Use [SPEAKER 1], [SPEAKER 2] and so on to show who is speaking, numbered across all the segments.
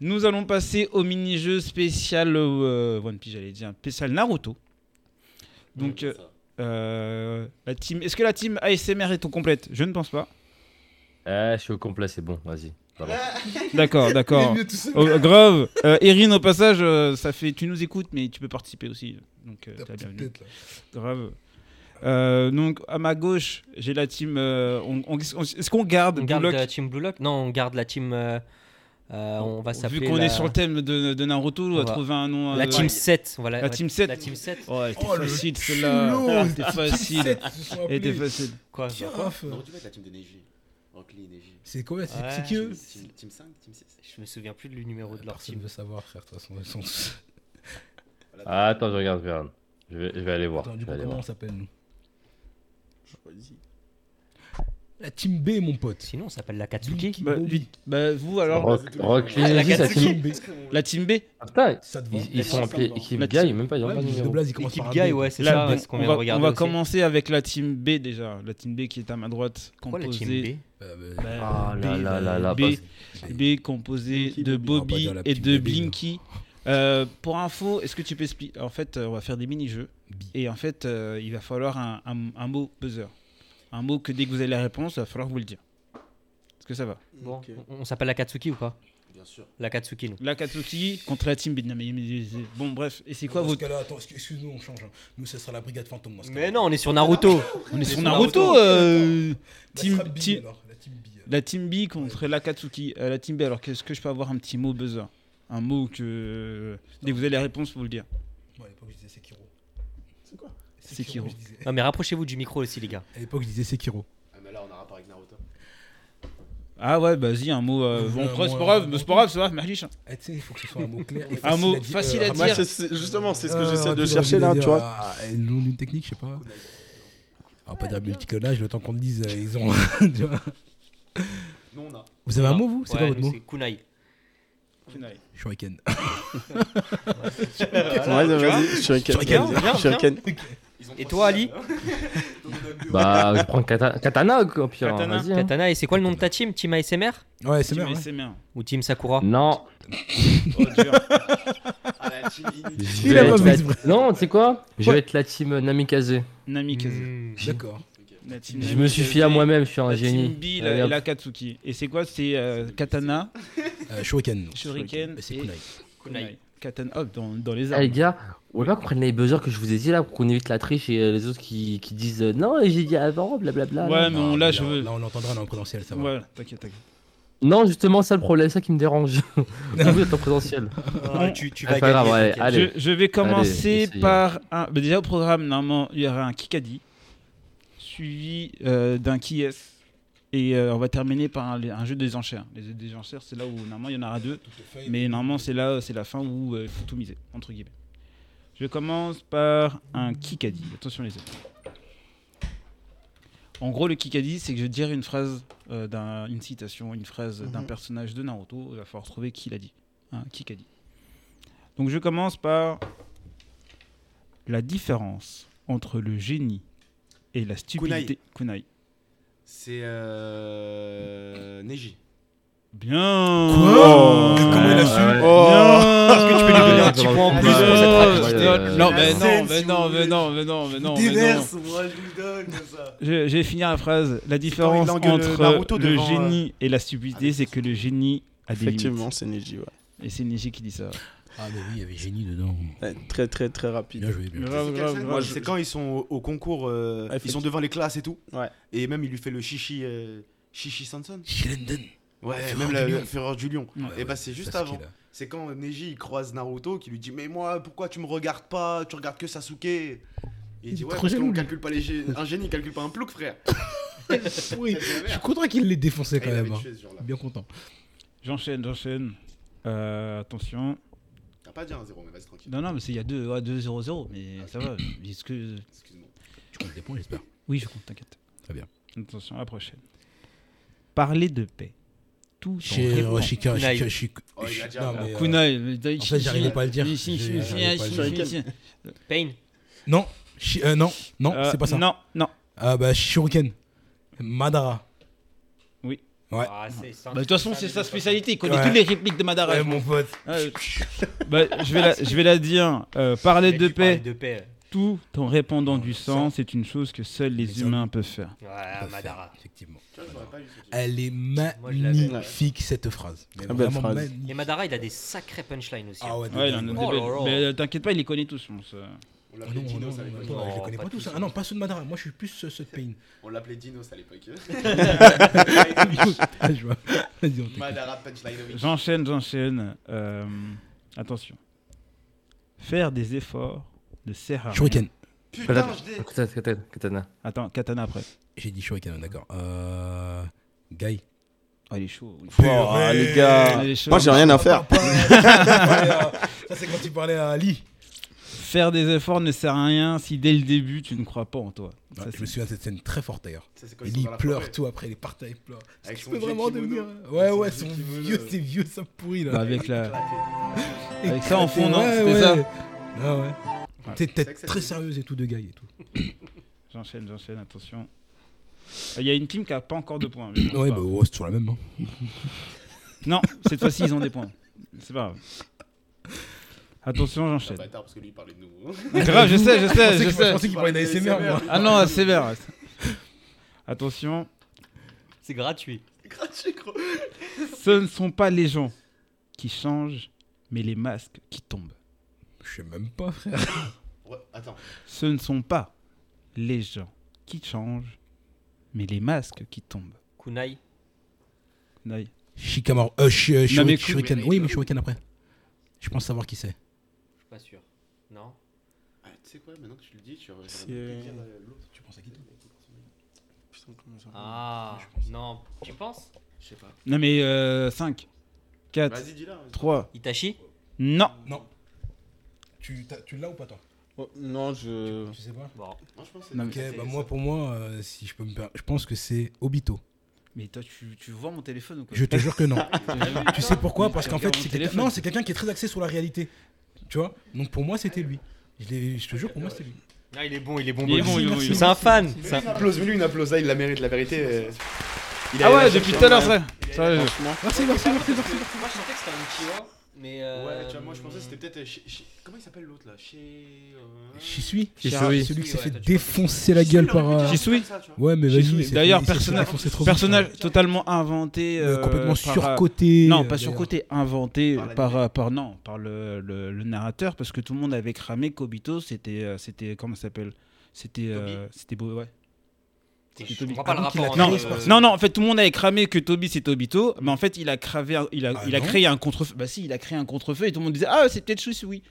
[SPEAKER 1] Nous allons passer au mini-jeu spécial euh, One Piece, j'allais dire, spécial Naruto. Donc, euh, euh, la team. Est-ce que la team ASMR est complète Je ne pense pas.
[SPEAKER 2] Ah, je suis au complet, c'est bon, vas-y. pardon.
[SPEAKER 1] D'accord, d'accord.
[SPEAKER 3] mieux tout seul.
[SPEAKER 1] Oh, grave. Euh, Erin, au passage, euh, ça fait. Tu nous écoutes, mais tu peux participer aussi. Donc, euh,
[SPEAKER 3] Ta
[SPEAKER 1] t'es la
[SPEAKER 3] petite
[SPEAKER 1] bienvenue.
[SPEAKER 3] tête, là.
[SPEAKER 1] Grave. Euh, donc, à ma gauche, j'ai la team. euh, on- on- Est-ce qu'on garde,
[SPEAKER 4] On garde
[SPEAKER 1] Blue Lock
[SPEAKER 4] la team Blue Lock Non, on garde la team. euh, euh, on va s'appeler.
[SPEAKER 1] Vu qu'on
[SPEAKER 4] la...
[SPEAKER 1] est sur le thème de, de Naruto, on va
[SPEAKER 4] On va-
[SPEAKER 1] trouver un nom.
[SPEAKER 4] La
[SPEAKER 1] euh,
[SPEAKER 4] team 7. Voilà,
[SPEAKER 1] La team 7.
[SPEAKER 4] La team 7.
[SPEAKER 1] Ouais, elle était
[SPEAKER 3] Oh, le
[SPEAKER 1] facile
[SPEAKER 3] culot,
[SPEAKER 1] celle-là. Elle était
[SPEAKER 3] Team
[SPEAKER 1] facile.
[SPEAKER 3] 7, ils se sont
[SPEAKER 1] Elle était
[SPEAKER 3] appelés.
[SPEAKER 1] facile.
[SPEAKER 4] Quoi
[SPEAKER 3] Tiens,
[SPEAKER 4] quoi
[SPEAKER 3] Raph,
[SPEAKER 5] On aurait dû mettre la team de Neji. Rock Lee, Neji. Ah,
[SPEAKER 3] C'est quoi C'est
[SPEAKER 4] Ouais.
[SPEAKER 3] c'est qui
[SPEAKER 5] Team,
[SPEAKER 3] eux
[SPEAKER 5] team- team 5, Team 6.
[SPEAKER 4] Je me souviens plus du numéro de leur
[SPEAKER 3] Personne
[SPEAKER 4] team.
[SPEAKER 3] veut savoir, frère. De toute façon, ils sont tous-
[SPEAKER 5] Voilà.
[SPEAKER 2] Ah, attends, je regarde, je regarde. Je vais, je vais aller voir.
[SPEAKER 3] Attends,
[SPEAKER 2] je
[SPEAKER 3] du
[SPEAKER 2] vais
[SPEAKER 3] coup,
[SPEAKER 2] aller
[SPEAKER 3] comment
[SPEAKER 2] voir.
[SPEAKER 3] on s'appelle nous
[SPEAKER 5] Vas-y.
[SPEAKER 3] La team B, mon pote.
[SPEAKER 4] Sinon, on s'appelle la Katsuki.
[SPEAKER 3] Team
[SPEAKER 1] Bah,
[SPEAKER 3] Bobby.
[SPEAKER 1] vite. Bah, vous alors,
[SPEAKER 2] Rock, Rock Lee,
[SPEAKER 4] Ah, la
[SPEAKER 2] Neji, ça
[SPEAKER 4] Katsuki.
[SPEAKER 3] Team
[SPEAKER 2] team.
[SPEAKER 3] B.
[SPEAKER 1] la team B
[SPEAKER 2] Ah, putain,
[SPEAKER 3] Ça te va
[SPEAKER 2] ils, ils sont
[SPEAKER 5] Ouais,
[SPEAKER 2] appelés
[SPEAKER 5] ça me va.
[SPEAKER 2] équipe
[SPEAKER 1] La
[SPEAKER 2] gars,
[SPEAKER 1] team-
[SPEAKER 2] ils même pas, ils ont
[SPEAKER 3] Ouais,
[SPEAKER 2] pas de
[SPEAKER 3] mais de
[SPEAKER 2] numéro.
[SPEAKER 3] blaze, il commence
[SPEAKER 4] Équipe
[SPEAKER 3] par un
[SPEAKER 4] Guy,
[SPEAKER 3] B.
[SPEAKER 4] ouais, c'est
[SPEAKER 1] Là,
[SPEAKER 4] ça, ouais,
[SPEAKER 1] bon,
[SPEAKER 4] ce qu'on
[SPEAKER 1] on
[SPEAKER 4] vient de
[SPEAKER 1] va, on
[SPEAKER 4] regarder.
[SPEAKER 1] va
[SPEAKER 4] aussi.
[SPEAKER 1] commencer avec la team B déjà, la team B qui est à ma droite,
[SPEAKER 4] Quoi, la
[SPEAKER 1] composée,
[SPEAKER 4] team B
[SPEAKER 3] Euh, bah,
[SPEAKER 1] bah,
[SPEAKER 2] Ah là là là là,
[SPEAKER 1] B.
[SPEAKER 2] parce-
[SPEAKER 3] B.
[SPEAKER 1] B composée
[SPEAKER 3] Blinky,
[SPEAKER 1] de
[SPEAKER 3] Bobby. On va pas
[SPEAKER 1] Bobby
[SPEAKER 3] dire la
[SPEAKER 1] et
[SPEAKER 3] team
[SPEAKER 1] de
[SPEAKER 3] B, là.
[SPEAKER 1] Blinky. Euh, pour info, est-ce que tu peux expliquer En fait, euh, on va faire des mini-jeux
[SPEAKER 3] B.
[SPEAKER 1] et en fait, euh, il va falloir un, un- un mot buzzer, un mot que dès que vous avez la réponse, il va falloir vous le dire. Est-ce que ça va
[SPEAKER 4] Bon,
[SPEAKER 5] Ok.
[SPEAKER 4] on, on s'appelle la Katsuki ou pas
[SPEAKER 5] Bien sûr.
[SPEAKER 4] La Katsuki, nous.
[SPEAKER 1] La Katsuki contre la team B. Non, mais- mais- mais- Bon, bref, et c'est quoi
[SPEAKER 3] Dans ce
[SPEAKER 1] votre
[SPEAKER 3] cas-là, attends, excuse- excuse-nous, on change. hein. Nous, ce sera la brigade fantôme. dans ce
[SPEAKER 4] Mais
[SPEAKER 3] cas-là. Bah,
[SPEAKER 4] non, on est sur Naruto
[SPEAKER 1] On est sur
[SPEAKER 4] sur
[SPEAKER 1] Naruto,
[SPEAKER 4] Naruto.
[SPEAKER 1] euh,
[SPEAKER 3] La
[SPEAKER 1] team,
[SPEAKER 3] team B,
[SPEAKER 1] team-
[SPEAKER 3] alors, La team B. alors.
[SPEAKER 1] La team B contre la Katsuki. Euh, la team B, alors qu'est-ce que je peux avoir un petit mot buzzer Un mot que. Dès que vous avez la réponse, vous le dire.
[SPEAKER 3] Bon, à l'époque, je disais Sekiro.
[SPEAKER 5] C'est quoi
[SPEAKER 1] Sekiro.
[SPEAKER 3] je disais.
[SPEAKER 4] Non, mais rapprochez-vous du micro aussi, les gars.
[SPEAKER 3] À l'époque, je disais Sekiro.
[SPEAKER 5] Ah, mais là, on a rapport avec Naruto.
[SPEAKER 1] Ah ouais, bah vas-y, un mot. euh,
[SPEAKER 3] Vous voulez
[SPEAKER 1] bon,
[SPEAKER 3] un
[SPEAKER 1] après, c'est
[SPEAKER 3] mot,
[SPEAKER 1] pas grave,
[SPEAKER 3] un
[SPEAKER 1] mais c'est
[SPEAKER 3] mot
[SPEAKER 1] pas grave, hein. ça va, Merlich.
[SPEAKER 3] Eh, tu sais, il faut que ce soit un mot clair. et
[SPEAKER 1] Un mot
[SPEAKER 3] di-
[SPEAKER 1] facile à
[SPEAKER 3] euh,
[SPEAKER 1] dire.
[SPEAKER 6] Moi, c'est- c'est- justement, c'est ce que
[SPEAKER 3] Ah,
[SPEAKER 6] j'essaie
[SPEAKER 3] on a
[SPEAKER 6] de
[SPEAKER 3] toujours
[SPEAKER 6] chercher
[SPEAKER 3] envie de
[SPEAKER 6] là, tu
[SPEAKER 3] dire,
[SPEAKER 6] vois.
[SPEAKER 3] ah, et le nom d'une technique, je sais pas. On va pas dire multiclonage, le temps qu'on le dise, euh, ils ont. tu vois.
[SPEAKER 5] Non, on a.
[SPEAKER 3] vous avez un mot, vous C'est
[SPEAKER 4] Ouais,
[SPEAKER 3] quoi votre
[SPEAKER 4] nous,
[SPEAKER 3] mot
[SPEAKER 4] c'est Kunai.
[SPEAKER 3] Shuriken.
[SPEAKER 6] Euh,
[SPEAKER 5] Ah,
[SPEAKER 6] Ouais, vas-y, shuriken.
[SPEAKER 4] Shuriken,
[SPEAKER 6] vas-y,
[SPEAKER 4] bien,
[SPEAKER 6] Shuriken.
[SPEAKER 4] Et toi, Ali
[SPEAKER 2] Bah, je prends Kata- Katana, au pire. hein,
[SPEAKER 1] Katana.
[SPEAKER 2] vas-y, hein.
[SPEAKER 4] Katana, et c'est quoi le nom de ta team Team ASMR
[SPEAKER 3] Ouais, c'est bien. ouais.
[SPEAKER 1] C'est bien.
[SPEAKER 4] Ou Team Sakura
[SPEAKER 2] Non,
[SPEAKER 1] Oh, dur.
[SPEAKER 5] Ah, la team inutile.
[SPEAKER 2] je
[SPEAKER 3] Il
[SPEAKER 2] vais
[SPEAKER 3] a pas
[SPEAKER 2] être
[SPEAKER 3] fait
[SPEAKER 2] la-
[SPEAKER 3] exprès.
[SPEAKER 2] Non, tu sais quoi Je vais être la team euh, Namikaze.
[SPEAKER 1] Namikaze.
[SPEAKER 4] Hmm.
[SPEAKER 3] D'accord.
[SPEAKER 1] La team
[SPEAKER 2] Mm. Je me
[SPEAKER 1] Namikaze.
[SPEAKER 2] suffis à moi-même, hein, Ah, je suis un
[SPEAKER 1] La team
[SPEAKER 2] génie. Euh,
[SPEAKER 1] B la- et
[SPEAKER 2] Regarde.
[SPEAKER 1] la Katsuki. Et c'est quoi C'est euh, Katana,
[SPEAKER 3] Euh, Shuriken.
[SPEAKER 1] Shuriken
[SPEAKER 3] Et C'est
[SPEAKER 1] et
[SPEAKER 3] Kunai.
[SPEAKER 1] Kunai. Katana, hop, dans, dans les
[SPEAKER 2] Eh les
[SPEAKER 1] armes.
[SPEAKER 2] gars, on veut pas qu'on prenne les buzzers que je vous ai dit là pour qu'on évite la triche et euh, les autres qui, qui disent euh, non, j'ai dit avant, blablabla.
[SPEAKER 1] Ouais, mais
[SPEAKER 3] Non,
[SPEAKER 1] on
[SPEAKER 3] mais
[SPEAKER 1] lâche. euh,
[SPEAKER 3] Là, on l'entendra dans le présentiel, ça va.
[SPEAKER 1] Voilà, t'inquiète, t'inquiète.
[SPEAKER 2] Non, justement, c'est le problème, c'est ça qui me dérange. vous êtes en présentiel.
[SPEAKER 4] Ah, tu, tu
[SPEAKER 2] Ah,
[SPEAKER 4] vas
[SPEAKER 2] pas
[SPEAKER 4] gagner.
[SPEAKER 2] grave, ouais,
[SPEAKER 4] t'inquiète.
[SPEAKER 2] allez.
[SPEAKER 1] Je, je vais commencer
[SPEAKER 2] essayons.
[SPEAKER 1] par un. bah, déjà au programme, normalement, il y aura un Kikadi, suivi euh, d'un qui est. Et euh, on va terminer par un, un jeu des enchères. Les jeux des enchères, c'est là où normalement il y en aura deux. Mais normalement, c'est là, c'est la fin où euh, il faut tout miser, entre guillemets. Je commence par un Kikadi. Attention les amis. En gros, le Kikadi, c'est que je dirai une phrase, euh, d'un- une citation, une phrase d'un personnage de Naruto. Il va falloir trouver qui l'a dit. hein, Un Kikadi. Donc je commence par la différence entre le génie et la stupidité. Kunai.
[SPEAKER 5] C'est euh... Neji.
[SPEAKER 1] Bien.
[SPEAKER 3] Quoi
[SPEAKER 2] Euh, Ah,
[SPEAKER 3] Comment il a su
[SPEAKER 6] Oh
[SPEAKER 1] Bien.
[SPEAKER 4] Tu peux lui
[SPEAKER 1] Ah,
[SPEAKER 4] donner un petit point en plus
[SPEAKER 2] euh,
[SPEAKER 4] pour cette
[SPEAKER 2] Ouais,
[SPEAKER 4] rapidité.
[SPEAKER 2] ouais, ouais.
[SPEAKER 1] Non, mais non,
[SPEAKER 5] scène,
[SPEAKER 1] mais
[SPEAKER 5] si
[SPEAKER 1] non,
[SPEAKER 5] vous
[SPEAKER 1] mais
[SPEAKER 5] voulez.
[SPEAKER 1] non, mais non, mais non, mais non.
[SPEAKER 5] Déverse, moi, je lui donne ça.
[SPEAKER 1] Je, je vais finir la phrase. La différence
[SPEAKER 6] il engueule
[SPEAKER 1] entre
[SPEAKER 6] Naruto
[SPEAKER 1] le
[SPEAKER 6] devant, euh,
[SPEAKER 1] génie et la stupidité, c'est que le génie a des limites.
[SPEAKER 6] Effectivement, c'est Neji, ouais.
[SPEAKER 1] Et c'est Neji qui dit ça.
[SPEAKER 3] Ah, mais oui, il y avait génie dedans.
[SPEAKER 6] Ouais, Très, très, très rapide.
[SPEAKER 3] Bien joué, bien joué.
[SPEAKER 1] Grave, grave,
[SPEAKER 5] Moi,
[SPEAKER 1] grave.
[SPEAKER 5] c'est quand ils sont au, au concours, euh,
[SPEAKER 6] Ah,
[SPEAKER 5] ils sont devant les classes et tout.
[SPEAKER 6] Ouais.
[SPEAKER 5] Et même il lui fait le chichi, euh, chichi Sanson.
[SPEAKER 3] Shilenden.
[SPEAKER 5] Ouais,
[SPEAKER 3] Fureur
[SPEAKER 5] même
[SPEAKER 3] du
[SPEAKER 5] la,
[SPEAKER 3] lion.
[SPEAKER 5] la fureur du lion.
[SPEAKER 1] Ouais,
[SPEAKER 5] et bah c'est juste avant. C'est quand Neji il croise Naruto qui lui dit mais moi pourquoi tu me regardes pas, tu regardes que Sasuke. Et il dit ouais parce qu'on calcule pas les gé- un génie calcule pas un plouc frère.
[SPEAKER 3] Oui,
[SPEAKER 5] Ça, c'est la
[SPEAKER 3] je suis
[SPEAKER 5] merde.
[SPEAKER 3] content qu'il l'ait défoncé
[SPEAKER 5] Et
[SPEAKER 3] quand
[SPEAKER 5] il avait
[SPEAKER 3] même. hein.
[SPEAKER 5] tué ce jour-là.
[SPEAKER 3] Bien content.
[SPEAKER 1] J'enchaîne, j'enchaîne. Euh, attention.
[SPEAKER 5] T'as pas dit un zéro mais vas-y tranquille.
[SPEAKER 1] Non, non, mais c'est- il y a 2 0-0, mais ça va. Est-ce que-
[SPEAKER 5] Excuse-moi.
[SPEAKER 3] Tu comptes des points, j'espère.
[SPEAKER 1] Oui, je compte, t'inquiète.
[SPEAKER 3] Très bien.
[SPEAKER 1] Attention, la prochaine. Parler de paix. Tout en
[SPEAKER 3] Chez
[SPEAKER 1] répandant-
[SPEAKER 3] Roshika,
[SPEAKER 4] Kunai.
[SPEAKER 3] je suis.
[SPEAKER 5] Oh, il a déjà,
[SPEAKER 3] Non,
[SPEAKER 5] là.
[SPEAKER 3] mais, euh,
[SPEAKER 1] Kunai, mais t'as-
[SPEAKER 3] En fait, j'arrivais pas à le dire.
[SPEAKER 1] Si, si, si,
[SPEAKER 3] J'arrivais
[SPEAKER 1] si,
[SPEAKER 3] pas à le
[SPEAKER 1] si,
[SPEAKER 3] dire.
[SPEAKER 1] si, si.
[SPEAKER 4] Pain.
[SPEAKER 3] Non, chi- euh, non, non,
[SPEAKER 1] Euh,
[SPEAKER 3] c'est pas ça.
[SPEAKER 1] Non, non.
[SPEAKER 3] Ah bah Shuriken. Madara. Ouais.
[SPEAKER 4] Ah, c'est simple.
[SPEAKER 1] Bah, de toute façon, c'est sa spécialité. Il connaît
[SPEAKER 3] Ouais.
[SPEAKER 1] toutes les répliques de Madara.
[SPEAKER 3] Ouais, mon pote.
[SPEAKER 1] Ouais. Bah, je, vais la, je vais la dire. euh, parler
[SPEAKER 4] Mec,
[SPEAKER 1] de
[SPEAKER 4] tu parlais
[SPEAKER 1] paix
[SPEAKER 4] De paix.
[SPEAKER 1] tout en répandant du sang, c'est une chose que seuls les
[SPEAKER 3] Les
[SPEAKER 1] humains peuvent faire.
[SPEAKER 4] Ouais, Ah, Madara.
[SPEAKER 3] Effectivement.
[SPEAKER 5] Tu vois, j'aurais pas lu ce titre.
[SPEAKER 3] Elle est
[SPEAKER 4] Moi, je l'avais.
[SPEAKER 3] magnifique cette phrase. Mais
[SPEAKER 6] Ah, belle
[SPEAKER 3] vraiment
[SPEAKER 6] phrase.
[SPEAKER 3] magnifique.
[SPEAKER 4] Et Madara, il a des sacrés punchlines aussi.
[SPEAKER 3] Ah ouais, de
[SPEAKER 1] Ouais, il
[SPEAKER 3] dingue.
[SPEAKER 1] en a des
[SPEAKER 4] Oh là
[SPEAKER 1] belles.
[SPEAKER 4] là.
[SPEAKER 1] Mais euh, t'inquiète pas, il les connaît tous, je pense. euh.
[SPEAKER 5] On
[SPEAKER 3] Ah non, non,
[SPEAKER 5] l'appelait
[SPEAKER 3] non,
[SPEAKER 5] Dinos à
[SPEAKER 3] non,
[SPEAKER 5] l'époque.
[SPEAKER 3] non, je les
[SPEAKER 4] Non,
[SPEAKER 3] connais
[SPEAKER 4] pas
[SPEAKER 3] pas tous.
[SPEAKER 4] tous.
[SPEAKER 3] Ah non, pas ceux de Madara. Moi, je suis plus ce- ceux de Pain.
[SPEAKER 5] On l'appelait Dinos à l'époque.
[SPEAKER 3] Ah, je vois. Vas-y, on t'écoute.
[SPEAKER 5] Madara Punchlinovic.
[SPEAKER 1] J'enchaîne, j'enchaîne. euh, attention. Faire des efforts ne sert à rien.
[SPEAKER 3] Shuriken.
[SPEAKER 5] Putain, je l'ai.
[SPEAKER 2] Katana, katana, katana.
[SPEAKER 1] Attends, katana après.
[SPEAKER 3] J'ai dit Shuriken, d'accord. Euh. Guy.
[SPEAKER 1] Oh, il Ah. est chaud. oui.
[SPEAKER 6] Oh, les
[SPEAKER 3] Ah.
[SPEAKER 6] gars.
[SPEAKER 1] Il est chaud.
[SPEAKER 6] Moi, j'ai rien à faire.
[SPEAKER 3] Papa. euh, Ça, c'est quand tu parlais à Ali.
[SPEAKER 1] Faire des efforts ne sert à rien si dès le début tu ne crois pas en toi. Ça,
[SPEAKER 3] Je me
[SPEAKER 1] c'est-
[SPEAKER 3] souviens de cette scène très forte d'ailleurs.
[SPEAKER 5] Ça, c'est quand ils sont
[SPEAKER 3] Eli
[SPEAKER 5] dans la
[SPEAKER 3] pleure
[SPEAKER 5] forêt.
[SPEAKER 3] tout après, les partage, il pleure. Est-ce
[SPEAKER 5] Avec
[SPEAKER 3] qu'il
[SPEAKER 5] son
[SPEAKER 3] peut
[SPEAKER 5] vieux
[SPEAKER 3] vraiment
[SPEAKER 5] kimono.
[SPEAKER 3] devenir.
[SPEAKER 5] Avec
[SPEAKER 3] Ouais,
[SPEAKER 5] son
[SPEAKER 3] ouais,
[SPEAKER 5] vieux
[SPEAKER 3] son
[SPEAKER 5] kimono.
[SPEAKER 3] vieux, c'est vieux, ça pourrit
[SPEAKER 1] Bah,
[SPEAKER 3] là.
[SPEAKER 1] avec
[SPEAKER 5] Ah,
[SPEAKER 1] la... avec
[SPEAKER 3] Éclaté,
[SPEAKER 1] ça en fond, non,
[SPEAKER 3] ouais,
[SPEAKER 1] c'était
[SPEAKER 3] ouais.
[SPEAKER 1] ça.
[SPEAKER 3] Ah ouais. T'es
[SPEAKER 5] C'est
[SPEAKER 3] peut-être
[SPEAKER 5] que ça
[SPEAKER 3] très
[SPEAKER 5] fait-
[SPEAKER 3] sérieuse et tout de Guy et tout.
[SPEAKER 1] J'enchaîne, j'enchaîne, attention. Il y a une team qui a pas encore de points. mais je pense
[SPEAKER 3] Ouais,
[SPEAKER 1] pas.
[SPEAKER 3] bah, ouais, c'est toujours la même. Hein.
[SPEAKER 1] Non, cette fois-ci ils ont des points. C'est pas grave. Attention,
[SPEAKER 5] C'est un
[SPEAKER 1] j'enchaîne.
[SPEAKER 3] Ah
[SPEAKER 5] bâtard parce que lui, il parlait de nouveau.
[SPEAKER 3] bah,
[SPEAKER 1] Grave, je sais, je sais,
[SPEAKER 3] Je
[SPEAKER 1] je
[SPEAKER 3] pensais
[SPEAKER 1] sais.
[SPEAKER 3] qu'il parlait d'ASMR, moi.
[SPEAKER 1] Ah non, ah, sévère. Attention,
[SPEAKER 4] C'est gratuit.
[SPEAKER 5] Gratuit, gros.
[SPEAKER 1] ce ne sont pas les gens qui changent, mais les masques qui tombent.
[SPEAKER 3] Je sais même pas, frère.
[SPEAKER 5] Ouais, attends.
[SPEAKER 1] Ce ne sont pas les gens qui changent, mais les masques qui tombent.
[SPEAKER 4] Kunai.
[SPEAKER 1] Naï.
[SPEAKER 3] Shikamaru. Euh, Shi- euh, Shuri-
[SPEAKER 1] mais cool,
[SPEAKER 3] Shuriken.
[SPEAKER 5] mais-
[SPEAKER 3] Oui, mais Shuriken après. Je pense savoir qui c'est.
[SPEAKER 4] Je suis pas sûr. Non
[SPEAKER 5] Ah, tu sais quoi, maintenant que tu le dis, tu
[SPEAKER 6] C'est-
[SPEAKER 5] euh, Tu penses à qui
[SPEAKER 4] Ah, non. Tu penses
[SPEAKER 5] Je sais pas.
[SPEAKER 1] Non mais euh, 5, 4,
[SPEAKER 5] Vas-y, dis-la. vas-y.
[SPEAKER 1] 3.
[SPEAKER 4] Itachi
[SPEAKER 1] Non.
[SPEAKER 3] Non. Tu, t'as- tu l'as ou pas, toi
[SPEAKER 6] Oh, Non, je.
[SPEAKER 3] Tu sais pas
[SPEAKER 4] Bon.
[SPEAKER 5] Moi, je pense
[SPEAKER 1] Non,
[SPEAKER 5] que
[SPEAKER 3] Ok,
[SPEAKER 5] c'est-
[SPEAKER 3] bah, moi, pour moi, euh, si je peux me permettre, je pense que c'est Obito.
[SPEAKER 1] Mais toi, tu, tu vois mon téléphone ou quoi
[SPEAKER 3] Je te jure que non. tu sais pourquoi
[SPEAKER 1] Mais
[SPEAKER 3] Parce
[SPEAKER 1] t'as
[SPEAKER 3] qu'en fait, c'est
[SPEAKER 1] regardé mon
[SPEAKER 3] quelqu'un...
[SPEAKER 1] téléphone.
[SPEAKER 3] non, c'est quelqu'un qui est très axé sur la réalité. Tu vois Donc pour moi, c'était lui. Je, l'ai- je te jure, pour moi, c'était lui.
[SPEAKER 4] Ah, il est bon, il est bon.
[SPEAKER 1] Il est
[SPEAKER 4] Boris.
[SPEAKER 1] bon, il est bon, il est bon.
[SPEAKER 4] C'est un fan. C'est un-
[SPEAKER 5] Une applause, mais lui, une applause. Là, il la mérite, la vérité. euh, il a-
[SPEAKER 1] Ah
[SPEAKER 5] il a
[SPEAKER 1] ouais,
[SPEAKER 5] cherché
[SPEAKER 1] depuis tout à l'heure,
[SPEAKER 5] un-
[SPEAKER 1] frère. Sérieux.
[SPEAKER 6] Franchement.
[SPEAKER 3] Merci, merci, merci, merci.
[SPEAKER 4] Moi, je sentais que c'était un Uchiwa, mais. euh,
[SPEAKER 5] Ouais, tu vois, moi, je pensais que c'était peut-être. euh, chez- chez- Comment il s'appelle l'autre là Chez. euh,
[SPEAKER 3] J'y suis.
[SPEAKER 2] J'y suis,
[SPEAKER 3] C'est
[SPEAKER 2] oui.
[SPEAKER 3] celui qui s'est
[SPEAKER 4] Ouais,
[SPEAKER 3] fait
[SPEAKER 4] toi, tu
[SPEAKER 3] défoncer la gueule par. euh,
[SPEAKER 1] J'y suis.
[SPEAKER 5] Ça, tu vois.
[SPEAKER 3] Ouais, mais
[SPEAKER 1] J'y suis.
[SPEAKER 3] vas-y. c'est- il
[SPEAKER 1] D'ailleurs,
[SPEAKER 3] s'est fait
[SPEAKER 1] personnage-
[SPEAKER 3] défoncer trop vite,
[SPEAKER 1] Personnage totalement inventé.
[SPEAKER 3] hein. Euh,
[SPEAKER 1] euh,
[SPEAKER 3] complètement
[SPEAKER 1] par, euh,
[SPEAKER 3] surcoté.
[SPEAKER 1] Non,
[SPEAKER 3] euh,
[SPEAKER 1] pas
[SPEAKER 3] d'ailleurs.
[SPEAKER 1] surcoté, inventé
[SPEAKER 5] Par
[SPEAKER 1] par,
[SPEAKER 5] la
[SPEAKER 1] euh, par- non, par le, le- le narrateur, parce que tout le monde avait cramé qu'Obito, c'était, euh, c'était comment ça s'appelle C'était, euh, c'était beau, ouais.
[SPEAKER 4] Je comprends pas le
[SPEAKER 3] Ah, donc, il a
[SPEAKER 4] rapport.
[SPEAKER 3] créé
[SPEAKER 1] Non,
[SPEAKER 4] entre,
[SPEAKER 3] ce
[SPEAKER 4] euh,
[SPEAKER 3] personnage.
[SPEAKER 1] non, non, en fait, tout le monde avait cramé que Toby c'était Obito, mais en fait, il a cravé, un- il a,
[SPEAKER 3] Ah
[SPEAKER 1] il a
[SPEAKER 3] non
[SPEAKER 1] créé un contrefeu. Bah si, il a créé un contrefeu et tout le monde disait ah c'est peut-être Choussou, oui.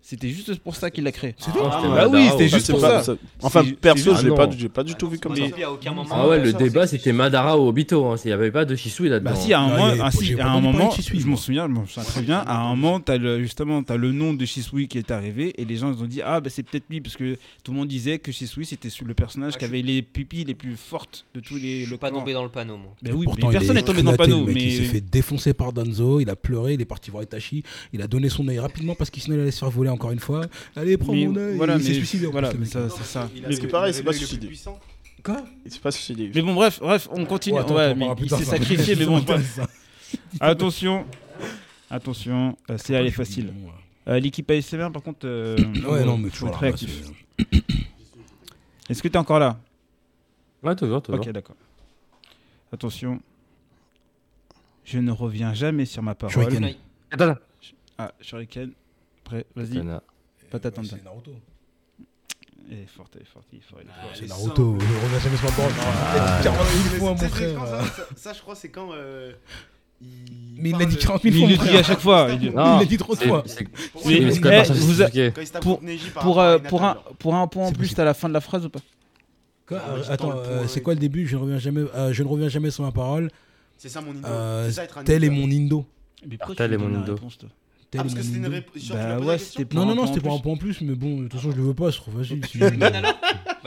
[SPEAKER 1] C'était juste pour ça qu'il l'a créé.
[SPEAKER 3] C'est
[SPEAKER 4] Ah,
[SPEAKER 3] tout
[SPEAKER 4] c'était
[SPEAKER 1] Bah oui, c'était juste
[SPEAKER 6] c'est
[SPEAKER 1] pour
[SPEAKER 6] pas-
[SPEAKER 1] ça.
[SPEAKER 6] Enfin,
[SPEAKER 1] C'est-
[SPEAKER 6] perso,
[SPEAKER 2] c'est
[SPEAKER 6] je l'ai
[SPEAKER 2] juste-
[SPEAKER 6] pas,
[SPEAKER 2] Ah,
[SPEAKER 6] j'ai pas du tout vu comme ça.
[SPEAKER 4] Attends, puis à aucun moment.
[SPEAKER 2] Ah ouais, le
[SPEAKER 4] Ça,
[SPEAKER 2] débat
[SPEAKER 4] c'est-
[SPEAKER 2] c'était Madara ou Obito. hein. Il y avait pas de Shisui là-dedans.
[SPEAKER 1] Bah si, à un
[SPEAKER 3] Non,
[SPEAKER 1] moment,
[SPEAKER 3] il y a-
[SPEAKER 1] ah, si,
[SPEAKER 3] j'ai
[SPEAKER 1] à
[SPEAKER 3] pas
[SPEAKER 1] un
[SPEAKER 3] entendu parler
[SPEAKER 1] moment
[SPEAKER 3] de Shisui,
[SPEAKER 1] je m'en
[SPEAKER 3] moi.
[SPEAKER 1] souviens, je m'en souviens très bien, à un moment, t'as le, justement, t'as le nom de Shisui qui est arrivé, et les gens ils ont dit, ah bah c'est peut-être lui, parce que tout le monde disait que Shisui c'était le personnage
[SPEAKER 5] Ah,
[SPEAKER 1] qui
[SPEAKER 5] je-
[SPEAKER 1] avait les pupilles les plus fortes de tous les...
[SPEAKER 4] Je
[SPEAKER 1] le
[SPEAKER 4] suis pas
[SPEAKER 1] clan.
[SPEAKER 4] tombé dans le panneau, moi.
[SPEAKER 1] Ben oui,
[SPEAKER 3] Pourtant,
[SPEAKER 1] mais
[SPEAKER 3] il
[SPEAKER 1] personne
[SPEAKER 3] est
[SPEAKER 1] n'est tombé dans le
[SPEAKER 3] éclaté,
[SPEAKER 1] panneau,
[SPEAKER 3] mec,
[SPEAKER 1] mais...
[SPEAKER 3] Il s'est fait défoncer par Danzo, il a pleuré, il est parti voir Itachi, il a donné son œil rapidement parce qu'il sinon il allait se faire voler encore une fois. Allez, prends
[SPEAKER 1] mais
[SPEAKER 3] mon œil,
[SPEAKER 1] voilà,
[SPEAKER 3] il s'est
[SPEAKER 1] mais-
[SPEAKER 3] suicidé. en
[SPEAKER 1] voilà,
[SPEAKER 3] plus, le
[SPEAKER 1] mais
[SPEAKER 3] mec.
[SPEAKER 1] ça,
[SPEAKER 5] Non,
[SPEAKER 1] c'est ça.
[SPEAKER 5] il a-
[SPEAKER 6] Mais
[SPEAKER 5] il
[SPEAKER 6] c'est
[SPEAKER 5] a-
[SPEAKER 6] pareil,
[SPEAKER 5] il a
[SPEAKER 6] c'est pas
[SPEAKER 5] le plus
[SPEAKER 6] suicidé.
[SPEAKER 5] puissant.
[SPEAKER 3] Quoi
[SPEAKER 6] Il s'est pas suicidé.
[SPEAKER 1] Mais bon, bref, bref, on continue.
[SPEAKER 3] Ouais, attends,
[SPEAKER 1] ouais,
[SPEAKER 3] on
[SPEAKER 1] mais
[SPEAKER 3] parlera plus
[SPEAKER 1] il
[SPEAKER 3] tard,
[SPEAKER 1] s'est
[SPEAKER 3] ça.
[SPEAKER 1] sacrifié, mais bon,
[SPEAKER 3] Ça
[SPEAKER 1] bref.
[SPEAKER 3] m'intéresse, ça.
[SPEAKER 1] Attention, attention, euh, c'est elle est facile. Euh, L'équipe ASMR, par contre... euh,
[SPEAKER 3] Ouais, non, mais
[SPEAKER 1] faut
[SPEAKER 3] toujours
[SPEAKER 1] être
[SPEAKER 3] là.
[SPEAKER 1] réactif. Est-ce que t'es encore là
[SPEAKER 2] Ouais, toujours, toujours.
[SPEAKER 1] Ok, d'accord. Attention. Je ne reviens jamais sur ma parole.
[SPEAKER 3] Shuriken.
[SPEAKER 4] Kunai.
[SPEAKER 2] Katana.
[SPEAKER 1] Ah, Shuriken. Prêt, vas-y.
[SPEAKER 2] Katana.
[SPEAKER 1] Pas t'attendre.
[SPEAKER 3] C'est Naruto.
[SPEAKER 1] Elle est forte, elle est forte, il est fort, il est fort.
[SPEAKER 5] Ah,
[SPEAKER 3] C'est Ah,
[SPEAKER 5] les
[SPEAKER 3] Naruto,
[SPEAKER 5] simples.
[SPEAKER 3] on n'a jamais sur ma parole. Quarante mille fois,
[SPEAKER 5] Mais c'est-
[SPEAKER 3] mon
[SPEAKER 5] c'est- c'est quand,
[SPEAKER 3] frère.
[SPEAKER 5] ça, ça- ça, je crois, c'est quand. euh, il
[SPEAKER 3] Mais Ah, il l'a
[SPEAKER 5] parle-
[SPEAKER 3] dit 40
[SPEAKER 1] Mais
[SPEAKER 3] 000 fois.
[SPEAKER 1] il le
[SPEAKER 3] mon
[SPEAKER 1] dit
[SPEAKER 3] frère.
[SPEAKER 1] à chaque fois. il dit-
[SPEAKER 2] Ah,
[SPEAKER 3] Il l'a dit trop de
[SPEAKER 2] C'est-
[SPEAKER 3] fois.
[SPEAKER 2] c'est-
[SPEAKER 5] Pour-
[SPEAKER 1] Mais-
[SPEAKER 2] mais
[SPEAKER 5] quand
[SPEAKER 2] c'est quand même
[SPEAKER 1] eh,
[SPEAKER 2] pas ça, c'est
[SPEAKER 1] vous a-
[SPEAKER 2] compliqué.
[SPEAKER 5] il se tape
[SPEAKER 1] pour-
[SPEAKER 5] contre Neji par
[SPEAKER 1] Pour,
[SPEAKER 5] rapport à
[SPEAKER 1] euh,
[SPEAKER 5] Hinata,
[SPEAKER 1] pour, un,
[SPEAKER 5] genre.
[SPEAKER 1] pour un point en
[SPEAKER 3] C'est
[SPEAKER 1] plus,
[SPEAKER 3] possible.
[SPEAKER 1] t'as la fin de la phrase ou pas
[SPEAKER 3] Quoi
[SPEAKER 5] Ah,
[SPEAKER 3] Euh,
[SPEAKER 5] j'attends
[SPEAKER 3] Attends,
[SPEAKER 5] le point,
[SPEAKER 3] euh,
[SPEAKER 5] ouais.
[SPEAKER 3] c'est quoi le début Je ne reviens jamais. euh, Je ne reviens jamais sur ma parole.
[SPEAKER 5] C'est ça mon indo.
[SPEAKER 3] Euh,
[SPEAKER 5] C'est ça
[SPEAKER 1] Ah,
[SPEAKER 5] être un
[SPEAKER 3] Tel est
[SPEAKER 1] bah
[SPEAKER 5] indo.
[SPEAKER 3] mon indo.
[SPEAKER 1] Mais
[SPEAKER 2] pourquoi tu lui donnes la réponse,
[SPEAKER 5] Ah,
[SPEAKER 3] Tel
[SPEAKER 5] parce
[SPEAKER 3] est
[SPEAKER 5] que
[SPEAKER 3] mon
[SPEAKER 5] c'était une
[SPEAKER 3] indo.
[SPEAKER 5] réponse.
[SPEAKER 1] Bah ouais, c'était pour
[SPEAKER 3] Non,
[SPEAKER 1] un
[SPEAKER 3] non, non,
[SPEAKER 1] point en
[SPEAKER 3] c'était pas un
[SPEAKER 1] plus.
[SPEAKER 3] point en plus, mais bon, de toute façon, je le veux pas, c'est trop facile. si-
[SPEAKER 4] Bah,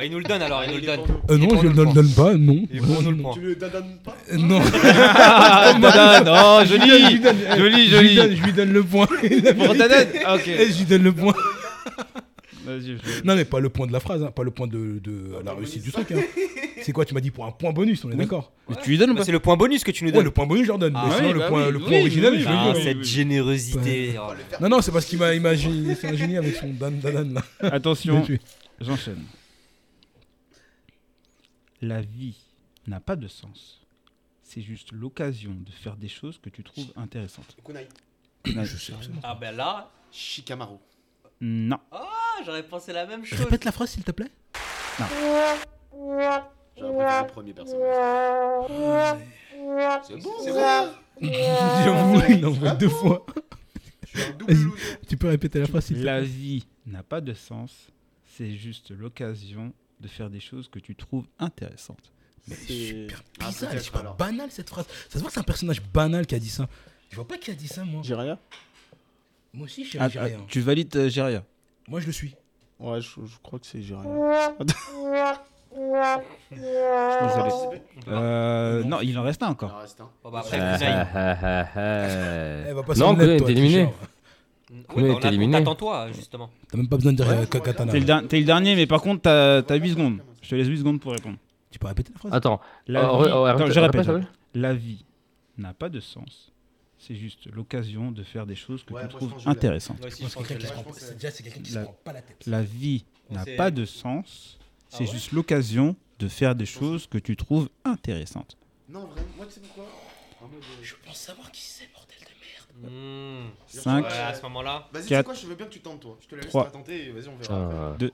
[SPEAKER 4] il nous le donne alors, il nous le donne.
[SPEAKER 3] Euh, non, je
[SPEAKER 4] Dépend
[SPEAKER 3] ne
[SPEAKER 4] du
[SPEAKER 3] le
[SPEAKER 4] point.
[SPEAKER 3] donne pas, non.
[SPEAKER 4] Il prend nous le point.
[SPEAKER 5] Tu le dadonnes pas
[SPEAKER 3] Euh, Non,
[SPEAKER 1] Ah, Danone, Oh,
[SPEAKER 3] Je lui donne- je lui
[SPEAKER 1] joli
[SPEAKER 3] donne-
[SPEAKER 1] Joli,
[SPEAKER 3] je lui
[SPEAKER 1] joli
[SPEAKER 3] donne- je lui donne le point.
[SPEAKER 1] Pour Danone, Ah, Ok.
[SPEAKER 3] Eh, Je lui donne le point.
[SPEAKER 1] Vas-y, je-
[SPEAKER 3] Non, mais pas le point de la phrase, hein, pas le point de, de
[SPEAKER 5] Ah,
[SPEAKER 3] la
[SPEAKER 5] t'as
[SPEAKER 3] réussite du
[SPEAKER 5] bonus.
[SPEAKER 3] truc. hein. C'est quoi Tu m'as dit pour un point bonus, on est d'accord
[SPEAKER 1] Mais tu lui donnes ou pas
[SPEAKER 4] C'est le point bonus que tu nous
[SPEAKER 3] Ouais,
[SPEAKER 4] donnes.
[SPEAKER 3] le point bonus, je leur donne.
[SPEAKER 4] Ah
[SPEAKER 3] mais
[SPEAKER 1] oui,
[SPEAKER 3] sinon, le
[SPEAKER 1] bah
[SPEAKER 3] point,
[SPEAKER 1] oui,
[SPEAKER 3] le
[SPEAKER 1] oui,
[SPEAKER 3] point original,
[SPEAKER 1] oui,
[SPEAKER 3] je
[SPEAKER 1] oui.
[SPEAKER 3] le
[SPEAKER 4] Ah,
[SPEAKER 1] Oui,
[SPEAKER 3] dis.
[SPEAKER 1] oui,
[SPEAKER 4] cette
[SPEAKER 1] oui.
[SPEAKER 4] générosité. oh
[SPEAKER 5] On va le faire.
[SPEAKER 3] Non, non, c'est parce qu'il m'a imaginé, c'est un génie avec son dan danan là.
[SPEAKER 1] Attention,
[SPEAKER 3] J'ai tué.
[SPEAKER 1] j'enchaîne. La vie n'a pas de sens. C'est juste l'occasion de faire des choses que tu trouves intéressantes.
[SPEAKER 5] Kunai.
[SPEAKER 1] Ouais.
[SPEAKER 4] Ah ben là,
[SPEAKER 5] Shikamaru.
[SPEAKER 1] Non.
[SPEAKER 4] ah, j'aurais pensé la même chose.
[SPEAKER 3] Répète la phrase, s'il te plaît.
[SPEAKER 5] J'aurais préféré le premier personnage. C'est bon, c'est bon.
[SPEAKER 3] J'avoue, il
[SPEAKER 1] Ah
[SPEAKER 3] envoie deux fois.
[SPEAKER 5] Je suis un double
[SPEAKER 3] Vas-y.
[SPEAKER 5] loser.
[SPEAKER 3] Tu peux répéter la phrase, s'il te plaît.
[SPEAKER 1] La vie n'a pas de sens. C'est juste l'occasion de faire des choses que tu trouves intéressantes.
[SPEAKER 3] Mais
[SPEAKER 6] C'est-
[SPEAKER 3] super
[SPEAKER 5] Ah,
[SPEAKER 3] bizarre,
[SPEAKER 5] peut-être,
[SPEAKER 3] je sais pas,
[SPEAKER 5] alors.
[SPEAKER 3] banal cette phrase. Ça se voit que c'est un personnage banal qui a dit ça. Je vois pas qui a dit ça, moi.
[SPEAKER 6] J'ai rien
[SPEAKER 3] Moi aussi, je
[SPEAKER 1] Ah,
[SPEAKER 3] sais
[SPEAKER 1] ah,
[SPEAKER 3] rien.
[SPEAKER 1] tu valides euh, j'ai rien.
[SPEAKER 3] Moi, je le suis.
[SPEAKER 6] Ouais, je, je crois que c'est j'ai rien.
[SPEAKER 1] Désolé.
[SPEAKER 5] Il
[SPEAKER 4] Ah,
[SPEAKER 1] Euh,
[SPEAKER 3] Non.
[SPEAKER 1] non, il en reste un encore.
[SPEAKER 5] en reste un.
[SPEAKER 4] Bon, bah, après,
[SPEAKER 2] Ah,
[SPEAKER 4] Kunai.
[SPEAKER 2] ah, ah, ah.
[SPEAKER 3] Eh, va pas
[SPEAKER 2] Non,
[SPEAKER 3] s'en mettre,
[SPEAKER 2] Kunai
[SPEAKER 3] toi,
[SPEAKER 2] est
[SPEAKER 3] tu
[SPEAKER 2] éliminé.
[SPEAKER 3] chères.
[SPEAKER 4] Oui,
[SPEAKER 2] Kunai
[SPEAKER 4] bah,
[SPEAKER 2] est
[SPEAKER 4] on attend-
[SPEAKER 2] éliminé.
[SPEAKER 4] Attends-toi, justement.
[SPEAKER 3] T'as même pas besoin de dire
[SPEAKER 5] Ouais,
[SPEAKER 3] euh,
[SPEAKER 5] tu vois,
[SPEAKER 3] Katana.
[SPEAKER 1] T'es le, der- t'es le dernier, mais par contre, t'as as 8
[SPEAKER 5] Ouais,
[SPEAKER 1] secondes.
[SPEAKER 5] commence.
[SPEAKER 1] Je te laisse 8 secondes pour répondre.
[SPEAKER 3] Tu peux répéter la phrase
[SPEAKER 2] Attends,
[SPEAKER 1] La
[SPEAKER 2] oh,
[SPEAKER 1] vie-
[SPEAKER 2] oh, oh,
[SPEAKER 1] Attends,
[SPEAKER 2] répète-
[SPEAKER 1] je répète.
[SPEAKER 2] répète,
[SPEAKER 1] hein.
[SPEAKER 2] répète.
[SPEAKER 1] La vie n'a pas de sens. C'est juste l'occasion de faire des choses que
[SPEAKER 5] Ouais,
[SPEAKER 1] tu
[SPEAKER 5] moi, je
[SPEAKER 1] trouves
[SPEAKER 5] pense que je l'ai.
[SPEAKER 1] intéressantes.
[SPEAKER 4] Moi aussi,
[SPEAKER 3] Moi,
[SPEAKER 4] je
[SPEAKER 3] c'est
[SPEAKER 4] pense que
[SPEAKER 3] quelqu'un qui
[SPEAKER 4] je
[SPEAKER 3] se
[SPEAKER 4] l'ai.
[SPEAKER 5] Ouais, je
[SPEAKER 3] prend-
[SPEAKER 5] pense que-
[SPEAKER 3] c'est- Déjà, c'est quelqu'un qui se
[SPEAKER 1] La-
[SPEAKER 3] prend pas la tête.
[SPEAKER 1] La vie n'a
[SPEAKER 4] C'est-
[SPEAKER 1] pas de sens.
[SPEAKER 4] Ah
[SPEAKER 1] C'est
[SPEAKER 4] ouais
[SPEAKER 1] juste l'occasion de faire des choses que tu trouves intéressantes.
[SPEAKER 5] Non, vraiment, moi, tu sais pourquoi En mode, euh,
[SPEAKER 3] Je pense savoir qui c'est, bordel de merde.
[SPEAKER 4] Mmh.
[SPEAKER 1] Cinq.
[SPEAKER 4] Ouais, à ce moment-là.
[SPEAKER 5] Vas-y, tu sais
[SPEAKER 1] Quatre.
[SPEAKER 5] quoi, je veux bien que tu tentes, toi. Je te la laisse
[SPEAKER 1] Trois. Ah.
[SPEAKER 5] la tenter et vas-y, on verra. après.
[SPEAKER 2] Putain.
[SPEAKER 1] Deux.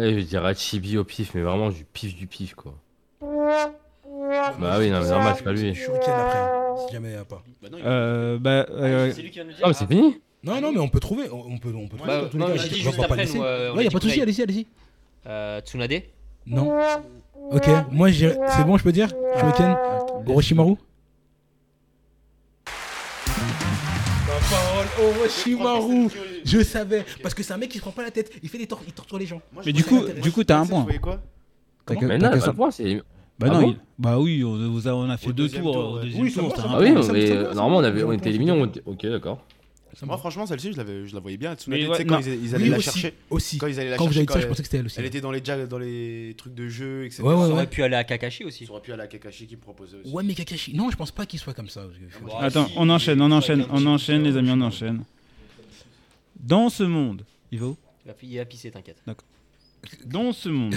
[SPEAKER 2] Ouais, je vais dire Hachibi au pif, mais vraiment du pif du pif quoi. Bah oui, non, mais normal, c'est pas
[SPEAKER 3] Je
[SPEAKER 2] lui.
[SPEAKER 3] suis ok après, si jamais y a pas.
[SPEAKER 5] Bah non, il-
[SPEAKER 1] Euh, bah, euh,
[SPEAKER 4] lui qui vient de nous dire.
[SPEAKER 2] Ah, mais c'est fini
[SPEAKER 3] Non, non, mais on peut trouver. On on peut, on peut
[SPEAKER 5] Bah,
[SPEAKER 3] trouver. dans tous les
[SPEAKER 4] non,
[SPEAKER 3] cas,
[SPEAKER 4] mais
[SPEAKER 3] je
[SPEAKER 4] j'ai
[SPEAKER 3] sais
[SPEAKER 4] dit
[SPEAKER 3] pas, on
[SPEAKER 4] juste
[SPEAKER 3] va pas
[SPEAKER 4] après,
[SPEAKER 3] laisser.
[SPEAKER 4] nous, euh,
[SPEAKER 3] Ouais, y
[SPEAKER 4] on a
[SPEAKER 3] a
[SPEAKER 4] dit
[SPEAKER 3] pas de souci,
[SPEAKER 4] Kunai.
[SPEAKER 3] allez-y, allez-y.
[SPEAKER 4] Euh, Tsunade
[SPEAKER 3] Non. Ok, moi, j'ai- c'est bon, je peux dire Je me tienne Orochimaru Ma parole, Orochimaru Je savais, parce que c'est un mec qui se prend pas la tête, il fait des torts, il torture les gens.
[SPEAKER 5] Moi, je
[SPEAKER 1] Mais du
[SPEAKER 5] pensais
[SPEAKER 1] coup,
[SPEAKER 5] que t'allais-
[SPEAKER 1] du coup, t'as un
[SPEAKER 5] Tu sais,
[SPEAKER 1] point.
[SPEAKER 5] je voyais quoi
[SPEAKER 1] T'as que-
[SPEAKER 2] Mais
[SPEAKER 1] t'as
[SPEAKER 2] non,
[SPEAKER 1] que
[SPEAKER 2] pas
[SPEAKER 1] ça.
[SPEAKER 2] de point, c'est.
[SPEAKER 1] Bah
[SPEAKER 2] Ah
[SPEAKER 1] non,
[SPEAKER 2] bon
[SPEAKER 1] il- bah oui, on, vous a- on a fait
[SPEAKER 5] Au
[SPEAKER 1] deux
[SPEAKER 5] deuxième
[SPEAKER 1] tours.
[SPEAKER 5] tour,
[SPEAKER 1] Au
[SPEAKER 5] ouais.
[SPEAKER 1] deuxième
[SPEAKER 3] Oui, ça
[SPEAKER 1] tour,
[SPEAKER 3] va,
[SPEAKER 1] t'as
[SPEAKER 3] ça
[SPEAKER 1] un
[SPEAKER 3] va.
[SPEAKER 2] Ah
[SPEAKER 1] point.
[SPEAKER 2] oui,
[SPEAKER 3] bon, ça me
[SPEAKER 2] mais
[SPEAKER 3] semble
[SPEAKER 2] euh,
[SPEAKER 3] bien,
[SPEAKER 2] normalement on
[SPEAKER 3] ça
[SPEAKER 2] avait
[SPEAKER 3] me
[SPEAKER 2] on était
[SPEAKER 3] semble
[SPEAKER 2] éliminés,
[SPEAKER 3] bien.
[SPEAKER 2] on- ok d'accord.
[SPEAKER 5] Moi, franchement, celle-ci, je, l'avais- je la voyais bien. Tsunade,
[SPEAKER 1] Mais
[SPEAKER 5] tu
[SPEAKER 1] ouais,
[SPEAKER 5] sais, quand
[SPEAKER 1] non.
[SPEAKER 5] ils, ils allaient
[SPEAKER 3] Oui,
[SPEAKER 5] la
[SPEAKER 3] aussi,
[SPEAKER 5] chercher.
[SPEAKER 3] aussi.
[SPEAKER 5] Quand ils allaient la
[SPEAKER 3] Quand vous
[SPEAKER 5] chercher,
[SPEAKER 3] avez dit
[SPEAKER 5] quand
[SPEAKER 3] ça, je
[SPEAKER 5] elle-
[SPEAKER 3] pensais que c'était elle aussi.
[SPEAKER 5] elle était dans les, ja- dans les trucs de jeu, etc.
[SPEAKER 3] Ouais, ouais,
[SPEAKER 4] Ça
[SPEAKER 3] ouais.
[SPEAKER 4] aurait pu aller à Kakashi aussi.
[SPEAKER 5] Ça aurait pu aller à Kakashi qui me proposait aussi.
[SPEAKER 3] Ouais, mais Kakashi, non, je pense pas qu'il soit comme ça. parce que-
[SPEAKER 5] Ah, moi,
[SPEAKER 1] Attends, on enchaîne, on enchaîne, on enchaîne, les amis, on enchaîne. Dans ce monde, il va où
[SPEAKER 4] Il va- Il va pisser, t'inquiète.
[SPEAKER 1] Dans ce monde,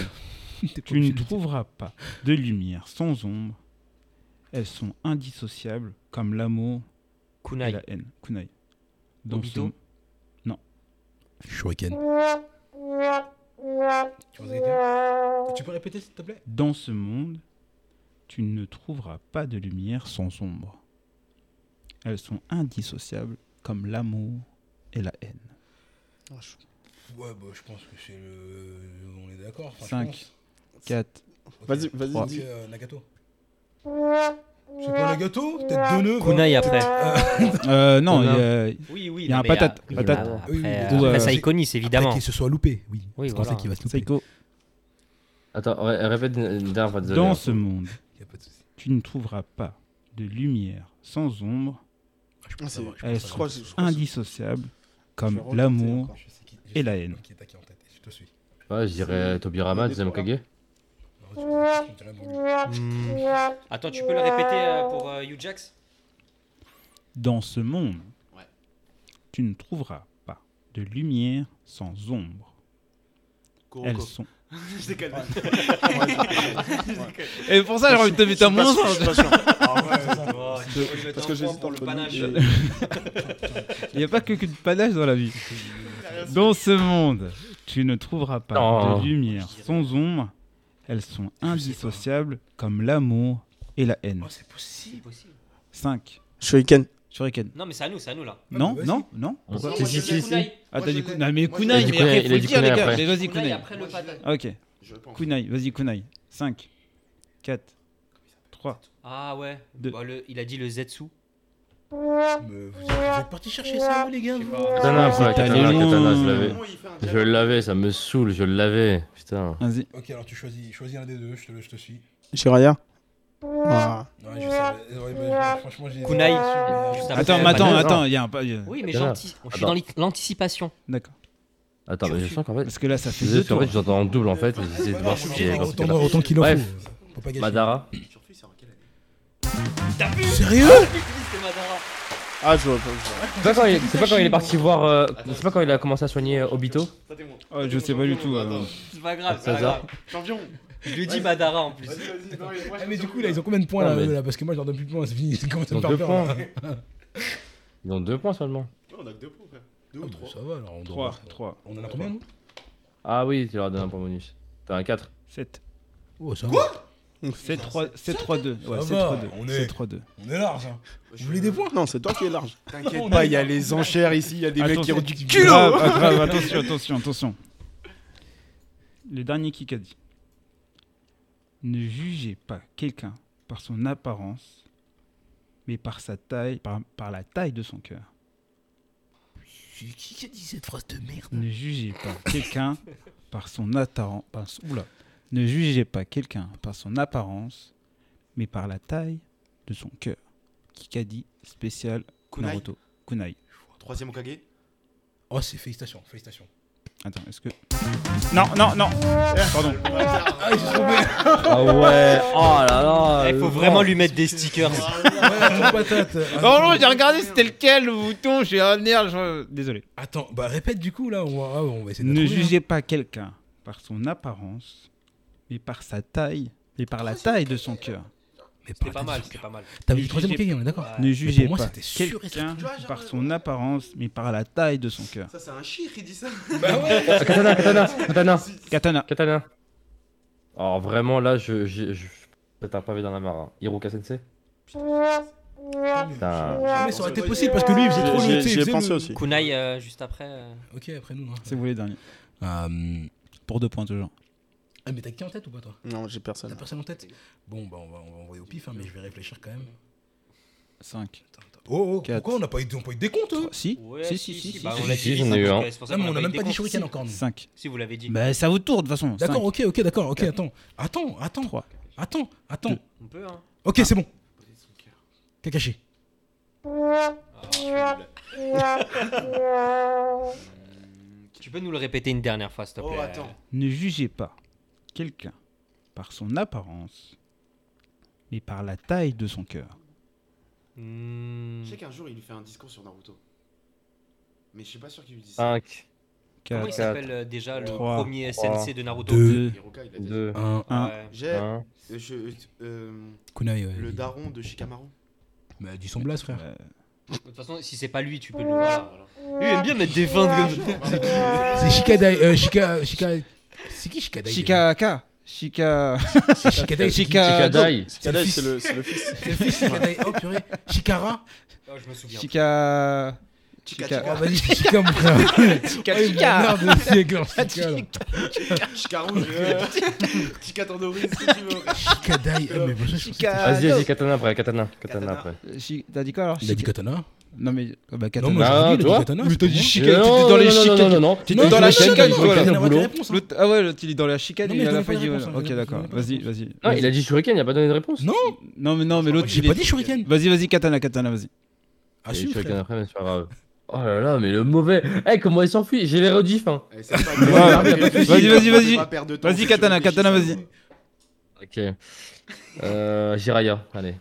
[SPEAKER 3] T'es pas
[SPEAKER 1] tu ne
[SPEAKER 3] obligé de le dire.
[SPEAKER 1] trouveras pas de lumière sans ombre. Elles sont indissociables comme l'amour et
[SPEAKER 4] Kunai.
[SPEAKER 1] la haine. Kunai. Dans ce...
[SPEAKER 4] Obito
[SPEAKER 3] Shuriken. Tu vois ce que je veux dire Tu peux répéter, s'il te plaît
[SPEAKER 1] Dans ce monde, tu ne trouveras pas de lumière sans ombre. Elles sont indissociables comme l'amour et la haine.
[SPEAKER 3] Ouais, bah, je pense que c'est le. On est d'accord. enfin, je
[SPEAKER 1] Cinq.
[SPEAKER 3] pense.
[SPEAKER 1] 4.
[SPEAKER 3] Ok.
[SPEAKER 6] Vas-y, vas-y,
[SPEAKER 1] Trois.
[SPEAKER 6] dis.
[SPEAKER 3] Vas-y, euh, Nagato. Euh, C'est pas Nagato Peut-être deux nœuds.
[SPEAKER 4] Kunai après.
[SPEAKER 1] Euh, non, il y a-
[SPEAKER 4] Oui, oui.
[SPEAKER 1] Il y a
[SPEAKER 4] non,
[SPEAKER 1] un
[SPEAKER 4] mais, euh,
[SPEAKER 1] patate,
[SPEAKER 4] oui,
[SPEAKER 1] patate.
[SPEAKER 4] voilà,
[SPEAKER 3] Oui, oui,
[SPEAKER 4] Après,
[SPEAKER 1] ou,
[SPEAKER 4] euh, après
[SPEAKER 1] euh,
[SPEAKER 4] Saïkonis, évidemment.
[SPEAKER 3] Qu'il se soit loupé, oui.
[SPEAKER 4] Oui,
[SPEAKER 3] C'est pour ça
[SPEAKER 4] voilà.
[SPEAKER 3] qu'il va se louper.
[SPEAKER 1] Psycho.
[SPEAKER 2] Attends, ré- répète une dernière fois, désolé.
[SPEAKER 1] Dans ce monde,
[SPEAKER 3] Y a pas de souci.
[SPEAKER 1] tu ne trouveras pas de lumière sans ombre,
[SPEAKER 3] Ah, Je pense
[SPEAKER 6] c'est- Euh,
[SPEAKER 3] avoir- je
[SPEAKER 1] elle
[SPEAKER 3] pense
[SPEAKER 1] se
[SPEAKER 3] avoir-
[SPEAKER 1] indissociable
[SPEAKER 6] Je vais
[SPEAKER 1] comme
[SPEAKER 6] retenter
[SPEAKER 1] l'amour.
[SPEAKER 6] encore.
[SPEAKER 3] Je sais qui- je
[SPEAKER 1] et
[SPEAKER 3] sais
[SPEAKER 1] la haine.
[SPEAKER 3] Qui est taqué en tête. Je te suis.
[SPEAKER 2] Ouais, je dirais Tobirama, deuxième Kage.
[SPEAKER 3] Alors, tu peux- tu peux dire bon, lui.
[SPEAKER 4] Hmm. Attends, tu peux le répéter euh, pour euh, Ujax
[SPEAKER 1] Dans ce monde,
[SPEAKER 5] Ouais.
[SPEAKER 1] tu ne trouveras pas de lumière sans ombre. Elles
[SPEAKER 5] Kuroko.
[SPEAKER 1] sont.
[SPEAKER 5] Je déconne.
[SPEAKER 1] Et pour ça, j'ai envie de te mettre à
[SPEAKER 6] Je
[SPEAKER 1] moins
[SPEAKER 6] suis pas
[SPEAKER 5] hein.
[SPEAKER 6] sûr, je suis pas sûr.
[SPEAKER 5] Ah
[SPEAKER 4] Oh, tu peux lui mettre
[SPEAKER 6] parce
[SPEAKER 4] un
[SPEAKER 6] que
[SPEAKER 4] point
[SPEAKER 6] j'hésite
[SPEAKER 4] pour le
[SPEAKER 6] entre
[SPEAKER 4] panache.
[SPEAKER 6] lui
[SPEAKER 1] Il n'y a pas que que de panache dans la vie. Dans ce monde, tu ne trouveras pas
[SPEAKER 2] Non.
[SPEAKER 1] de lumière sans ombre. Elles sont indissociables comme l'amour et la haine.
[SPEAKER 3] Oh, c'est
[SPEAKER 4] C'est
[SPEAKER 3] possible.
[SPEAKER 4] possible.
[SPEAKER 1] 5.
[SPEAKER 6] Shuriken.
[SPEAKER 1] Shuriken.
[SPEAKER 4] Non, mais c'est à nous, c'est à nous là.
[SPEAKER 1] Non,
[SPEAKER 3] vas-y.
[SPEAKER 1] non, non. Pourquoi
[SPEAKER 5] Moi,
[SPEAKER 1] Si,
[SPEAKER 5] je
[SPEAKER 1] si,
[SPEAKER 5] l'ai.
[SPEAKER 1] si, si.
[SPEAKER 5] Kunai.
[SPEAKER 1] Ah,
[SPEAKER 5] Moi,
[SPEAKER 1] t'as
[SPEAKER 5] je
[SPEAKER 1] dit
[SPEAKER 5] l'ai.
[SPEAKER 1] Kunai. Mais
[SPEAKER 5] Moi, je
[SPEAKER 1] Kunai,
[SPEAKER 5] l'ai.
[SPEAKER 1] mais
[SPEAKER 2] Il a
[SPEAKER 1] après,
[SPEAKER 2] dit
[SPEAKER 1] il faut le dire,
[SPEAKER 2] Kunai
[SPEAKER 1] les gars.
[SPEAKER 2] après.
[SPEAKER 1] Mais vas-y,
[SPEAKER 4] Kunai
[SPEAKER 1] Kunai.
[SPEAKER 4] après le patate.
[SPEAKER 1] Ok.
[SPEAKER 5] Je pense.
[SPEAKER 1] Kunai, vas-y, Kunai. 5, 4, 3.
[SPEAKER 4] Ah ouais.
[SPEAKER 1] Deux.
[SPEAKER 4] Bah, le- il a dit le Zetsu.
[SPEAKER 3] Mais Vous êtes- vous êtes partis chercher ça, vous, les gars
[SPEAKER 4] Je sais pas.
[SPEAKER 2] Katana, frère,
[SPEAKER 1] T'as
[SPEAKER 2] Katana,
[SPEAKER 1] les
[SPEAKER 2] Katana, je
[SPEAKER 1] loin.
[SPEAKER 2] l'avais.
[SPEAKER 5] il fait un
[SPEAKER 2] Je
[SPEAKER 5] dialogue
[SPEAKER 2] l'avais, ça me saoule, je l'avais. Putain.
[SPEAKER 1] Vas-y.
[SPEAKER 3] Ok, alors tu choisis, choisis un des deux, je te, je te suis.
[SPEAKER 6] Jiraya. Ah.
[SPEAKER 3] Ouais, je savais. Ouais, bah, franchement, j'ai.
[SPEAKER 4] Kunai.
[SPEAKER 3] Mais-
[SPEAKER 4] Juste après,
[SPEAKER 1] Attends, Ah, mais
[SPEAKER 4] euh,
[SPEAKER 1] attends,
[SPEAKER 2] Banane.
[SPEAKER 1] attends, il y a un pas. il y a-
[SPEAKER 4] Oui, mais
[SPEAKER 2] Katana.
[SPEAKER 4] gentil. Je suis dans l'anticipation.
[SPEAKER 1] D'accord.
[SPEAKER 2] Attends, mais je sens qu'en fait.
[SPEAKER 1] Parce que là, ça fait deux
[SPEAKER 2] Désolé, en
[SPEAKER 1] tours.
[SPEAKER 2] fait, j'entends en double en fait. et J'essaie de voir si c'est. quand c'était
[SPEAKER 3] Autant,
[SPEAKER 2] là.
[SPEAKER 3] autant qu'il en
[SPEAKER 2] Bref.
[SPEAKER 3] faut. Faut pas gâcher.
[SPEAKER 2] Madara.
[SPEAKER 5] Surfus, c'est en quelle année
[SPEAKER 3] Sérieux
[SPEAKER 6] Ah, je vois pas. je vois.
[SPEAKER 2] C'est pas quand il- c'est pas quand il est parti voir. euh, C'est pas quand il a commencé à soigner euh, Obito.
[SPEAKER 5] Ça, t'es bon.
[SPEAKER 1] Ah, je sais pas du tout. euh.
[SPEAKER 4] C'est pas grave,
[SPEAKER 2] c'est
[SPEAKER 4] c'est
[SPEAKER 2] pas
[SPEAKER 4] pas
[SPEAKER 2] hasard.
[SPEAKER 4] grave.
[SPEAKER 5] Champion
[SPEAKER 4] Je lui dis Madara en plus.
[SPEAKER 5] Vas-y, vas-y, non, mais moi, je
[SPEAKER 3] Ah, mais
[SPEAKER 5] suis
[SPEAKER 3] du
[SPEAKER 5] sûr
[SPEAKER 3] coup,
[SPEAKER 5] que-
[SPEAKER 3] là, ils ont combien de points
[SPEAKER 2] Non,
[SPEAKER 3] là,
[SPEAKER 2] mais-
[SPEAKER 3] eux, là Parce que moi, je leur donne plus de points, c'est fini. Ça commence à me
[SPEAKER 2] Ils ont
[SPEAKER 3] faire
[SPEAKER 2] deux
[SPEAKER 3] peur.
[SPEAKER 2] points.
[SPEAKER 3] là.
[SPEAKER 2] Ils ont deux points seulement.
[SPEAKER 5] Ouais, On a que deux pots, frère. Deux
[SPEAKER 3] Ah,
[SPEAKER 5] ou
[SPEAKER 3] bah,
[SPEAKER 5] trois.
[SPEAKER 3] Ça va, alors. on
[SPEAKER 1] Trois,
[SPEAKER 3] doit-
[SPEAKER 1] trois,
[SPEAKER 3] On en a combien, nous
[SPEAKER 2] Ah oui, tu leur donnes un point bonus. T'as un 4.
[SPEAKER 1] sept.
[SPEAKER 3] Oh, ça va.
[SPEAKER 1] C'est 3 c'est 3 2. Ouais,
[SPEAKER 3] Ça
[SPEAKER 1] c'est
[SPEAKER 3] va,
[SPEAKER 1] 3 2.
[SPEAKER 3] on est-
[SPEAKER 1] C'est 3 2.
[SPEAKER 3] On est large, hein. Vous voulez des points
[SPEAKER 6] Non, c'est toi qui es large.
[SPEAKER 5] T'inquiète
[SPEAKER 3] On
[SPEAKER 5] pas,
[SPEAKER 3] est-
[SPEAKER 5] il y a les enchères ici, il y a des mecs qui ont du
[SPEAKER 1] Grave,
[SPEAKER 5] culot
[SPEAKER 1] ah, grave, attention, attention, attention. Le dernier Kikadi. Ne jugez pas quelqu'un par son apparence, mais par sa taille, par, par la taille de son cœur.
[SPEAKER 3] Qui qui a dit cette phrase de merde
[SPEAKER 1] Ne jugez pas quelqu'un par son apparence. par son- oula. Ne jugez pas quelqu'un par son apparence, mais par la taille de son cœur. Kikadi spécial
[SPEAKER 5] Kunai.
[SPEAKER 1] Naruto. Kunai.
[SPEAKER 5] Troisième Okage
[SPEAKER 3] Oh, c'est félicitations, félicitations.
[SPEAKER 1] Attends, est-ce que. Non, non, non Pardon.
[SPEAKER 3] Ah, ils se sont trompés
[SPEAKER 2] Ah ouais. Oh là là.
[SPEAKER 4] Il
[SPEAKER 2] le
[SPEAKER 4] Eh, faut
[SPEAKER 2] vent.
[SPEAKER 4] vraiment lui mettre des stickers.
[SPEAKER 3] Ouais, Ah, ton patate.
[SPEAKER 1] Non, non, Oh, j'ai regardé c'était lequel le bouton, j'ai un nerf. je- Désolé.
[SPEAKER 3] Attends, bah répète du coup, là, on va, ah, on va essayer de.
[SPEAKER 1] Ne
[SPEAKER 3] la trouver, hein.
[SPEAKER 1] jugez pas quelqu'un par son apparence, mais par sa taille, mais par la taille de son cœur.
[SPEAKER 3] Mais
[SPEAKER 4] C'était
[SPEAKER 3] la
[SPEAKER 4] pas
[SPEAKER 3] tête
[SPEAKER 4] mal,
[SPEAKER 3] sur-
[SPEAKER 4] c'était pas mal.
[SPEAKER 3] T'as vu
[SPEAKER 1] Ne
[SPEAKER 3] le troisième
[SPEAKER 1] jugez-
[SPEAKER 3] Okage, on est d'accord
[SPEAKER 1] Ne
[SPEAKER 3] pour
[SPEAKER 1] jugez
[SPEAKER 3] moi,
[SPEAKER 1] pas
[SPEAKER 3] c'était sûr et
[SPEAKER 1] quelqu'un
[SPEAKER 5] certain.
[SPEAKER 1] par son apparence, mais par la taille de son cœur.
[SPEAKER 5] Ça, c'est un chir, il dit ça
[SPEAKER 2] Ah, Katana, katana, katana,
[SPEAKER 1] Katana.
[SPEAKER 2] katana. Alors vraiment là, je, je, je pète un pavé dans la mare. hein. Hiroka Sensei. Putain.
[SPEAKER 3] Ah, mais ça aurait été possible parce que lui, il faisait trop
[SPEAKER 6] J'y
[SPEAKER 3] le-
[SPEAKER 6] ai-
[SPEAKER 3] tu sais, il
[SPEAKER 6] j'y ai
[SPEAKER 3] faisait
[SPEAKER 6] pensé
[SPEAKER 3] le-
[SPEAKER 6] aussi.
[SPEAKER 4] Kunai euh, juste après. euh,
[SPEAKER 3] Ok, après nous. hein.
[SPEAKER 1] C'est vous les derniers.
[SPEAKER 3] Ah, hum,
[SPEAKER 1] Pour deux points toujours.
[SPEAKER 3] ah, mais t'as qui en tête ou pas, toi
[SPEAKER 6] Non, j'ai personne.
[SPEAKER 3] T'as personne en tête Bon, bah on va, on va envoyer au pif, hein, mais je vais réfléchir quand même.
[SPEAKER 4] Mmh.
[SPEAKER 1] 5.
[SPEAKER 3] Attends, attends. Oh, oh,
[SPEAKER 1] Quatre.
[SPEAKER 3] pourquoi on n'a pas eu, on a pas eu des comptes hein
[SPEAKER 1] Si
[SPEAKER 4] ouais,
[SPEAKER 1] Si, si, si. si,
[SPEAKER 4] bah,
[SPEAKER 2] si,
[SPEAKER 4] on l'a
[SPEAKER 2] si,
[SPEAKER 4] dit,
[SPEAKER 2] j'en ai eu un.
[SPEAKER 4] c'est pour ça
[SPEAKER 3] Non,
[SPEAKER 4] qu'on
[SPEAKER 3] Ah, mais on n'a
[SPEAKER 4] a pas eu
[SPEAKER 3] même
[SPEAKER 4] des
[SPEAKER 3] pas dit
[SPEAKER 4] comptes.
[SPEAKER 3] Shuriken encore, nous.
[SPEAKER 1] 5.
[SPEAKER 4] Si vous l'avez dit.
[SPEAKER 1] Bah, ça vous tourne de toute façon.
[SPEAKER 3] D'accord,
[SPEAKER 1] Cinq.
[SPEAKER 3] ok, ok, d'accord, ok, attends. Attends, attends,
[SPEAKER 1] Trois.
[SPEAKER 3] attends, attends.
[SPEAKER 1] Deux.
[SPEAKER 4] On peut, hein.
[SPEAKER 3] Ok, c'est bon. Qu'a caché
[SPEAKER 4] Tu peux nous le répéter une dernière fois, s'il te plaît.
[SPEAKER 5] Oh, attends.
[SPEAKER 1] Ne jugez pas quelqu'un par son apparence, mais par la taille de son cœur.
[SPEAKER 4] Hmm.
[SPEAKER 5] Je sais qu'un jour, il lui fait un discours sur Naruto. Mais je suis pas sûr qu'il lui dise ça.
[SPEAKER 2] 5,
[SPEAKER 4] Comment il
[SPEAKER 1] Quatre.
[SPEAKER 4] s'appelle euh, déjà le
[SPEAKER 1] Trois.
[SPEAKER 4] premier
[SPEAKER 2] Trois.
[SPEAKER 4] SNC de Naruto
[SPEAKER 3] Deux.
[SPEAKER 1] Deux.
[SPEAKER 5] Hiroka, il a dit.
[SPEAKER 2] 2,
[SPEAKER 3] Un
[SPEAKER 1] Un.
[SPEAKER 4] Ouais.
[SPEAKER 5] J'ai
[SPEAKER 2] 1.
[SPEAKER 5] euh, je- euh, euh,
[SPEAKER 3] kunai. ouais.
[SPEAKER 5] le daron de Shikamaru.
[SPEAKER 3] Bah, dis son blase, frère.
[SPEAKER 1] Euh,
[SPEAKER 4] De toute façon, si c'est pas lui, tu peux le voir. Ah,
[SPEAKER 5] Voilà.
[SPEAKER 4] Lui, il aime bien mettre des fins de
[SPEAKER 3] C'est Shikadai. Euh, Shika. Shika. C'est qui Shikadai déjà
[SPEAKER 1] Shikaka. Shika.
[SPEAKER 3] C'est Shikadai. c'est qui
[SPEAKER 1] Shika-
[SPEAKER 2] Shikadai.
[SPEAKER 3] C'est le
[SPEAKER 6] Kadai,
[SPEAKER 3] fils.
[SPEAKER 6] c'est le, c'est le fils.
[SPEAKER 3] C'est le fils Shikadai. Oh purée. Shikara.
[SPEAKER 4] Oh, je me souviens.
[SPEAKER 1] Shika.
[SPEAKER 5] Chika
[SPEAKER 1] Chika.
[SPEAKER 3] Oh
[SPEAKER 5] Chika.
[SPEAKER 3] vas-y, c'est Shika mon frère.
[SPEAKER 1] Shika.
[SPEAKER 3] Oh, il m'emmerde aussi avec leur Shika, là.
[SPEAKER 5] Chika rouge. euh, Chika tandoori, ce que tu veux. frère.
[SPEAKER 3] Shikadai. Ah, mais bon, ça, je pensais que
[SPEAKER 1] Shika.
[SPEAKER 2] Vas-y, vas-y, katana après, katana, Euh, katana
[SPEAKER 5] Katana.
[SPEAKER 2] après.
[SPEAKER 1] Shi- T'as dit quoi alors
[SPEAKER 3] c'était- Il a dit
[SPEAKER 1] Shika-
[SPEAKER 3] katana.
[SPEAKER 1] Non mais. ah bah,
[SPEAKER 3] Non,
[SPEAKER 1] Katana.
[SPEAKER 3] moi
[SPEAKER 2] Ah,
[SPEAKER 3] j'ai dit,
[SPEAKER 2] tu
[SPEAKER 3] il a
[SPEAKER 2] vois
[SPEAKER 3] dit katana.
[SPEAKER 1] Mais t'as dit
[SPEAKER 3] c'est
[SPEAKER 1] Shika, t'étais dans les
[SPEAKER 2] Non, non, non,
[SPEAKER 1] Shika.
[SPEAKER 2] non, non.
[SPEAKER 3] bon.
[SPEAKER 1] T'étais dans la chicane,
[SPEAKER 3] il
[SPEAKER 1] toi
[SPEAKER 3] a
[SPEAKER 1] là.
[SPEAKER 3] donné
[SPEAKER 2] boulot.
[SPEAKER 3] la réponse, hein.
[SPEAKER 1] L'autre- Ah ouais, l'autre, il est dans la chicane
[SPEAKER 3] Non,
[SPEAKER 1] et
[SPEAKER 3] mais
[SPEAKER 1] il a
[SPEAKER 3] je
[SPEAKER 1] la
[SPEAKER 3] donnais pas
[SPEAKER 1] failli.
[SPEAKER 3] la
[SPEAKER 1] ouais.
[SPEAKER 3] réponse,
[SPEAKER 1] Ok,
[SPEAKER 3] je
[SPEAKER 1] d'accord.
[SPEAKER 3] donnais pas la
[SPEAKER 1] Vas-y,
[SPEAKER 3] réponse.
[SPEAKER 1] vas-y.
[SPEAKER 2] Non, il a dit shuriken, il a pas donné de réponse.
[SPEAKER 3] Non,
[SPEAKER 1] Non, mais non, mais l'autre,
[SPEAKER 3] j'ai
[SPEAKER 1] il
[SPEAKER 3] pas
[SPEAKER 1] est.
[SPEAKER 3] dit Shuriken.
[SPEAKER 1] Vas-y, vas-y, Katana, Katana, vas-y.
[SPEAKER 2] Assume,
[SPEAKER 3] Assume,
[SPEAKER 2] shuriken
[SPEAKER 3] ah, frère.
[SPEAKER 2] après, mais c'est pas grave. Oh là là, mais le mauvais. Eh, comment il s'enfuit J'ai les rediff, hein.
[SPEAKER 5] Allez, Eh, c'est pas-
[SPEAKER 1] Vas-y, vas-y, vas-y.
[SPEAKER 5] Pas perdre de temps,
[SPEAKER 1] Vas-y,
[SPEAKER 5] si tu
[SPEAKER 1] Katana,
[SPEAKER 5] réfléchis,
[SPEAKER 1] Katana,
[SPEAKER 5] ça
[SPEAKER 1] vas-y.
[SPEAKER 5] va.
[SPEAKER 2] Ok. Euh, Jiraya, allez.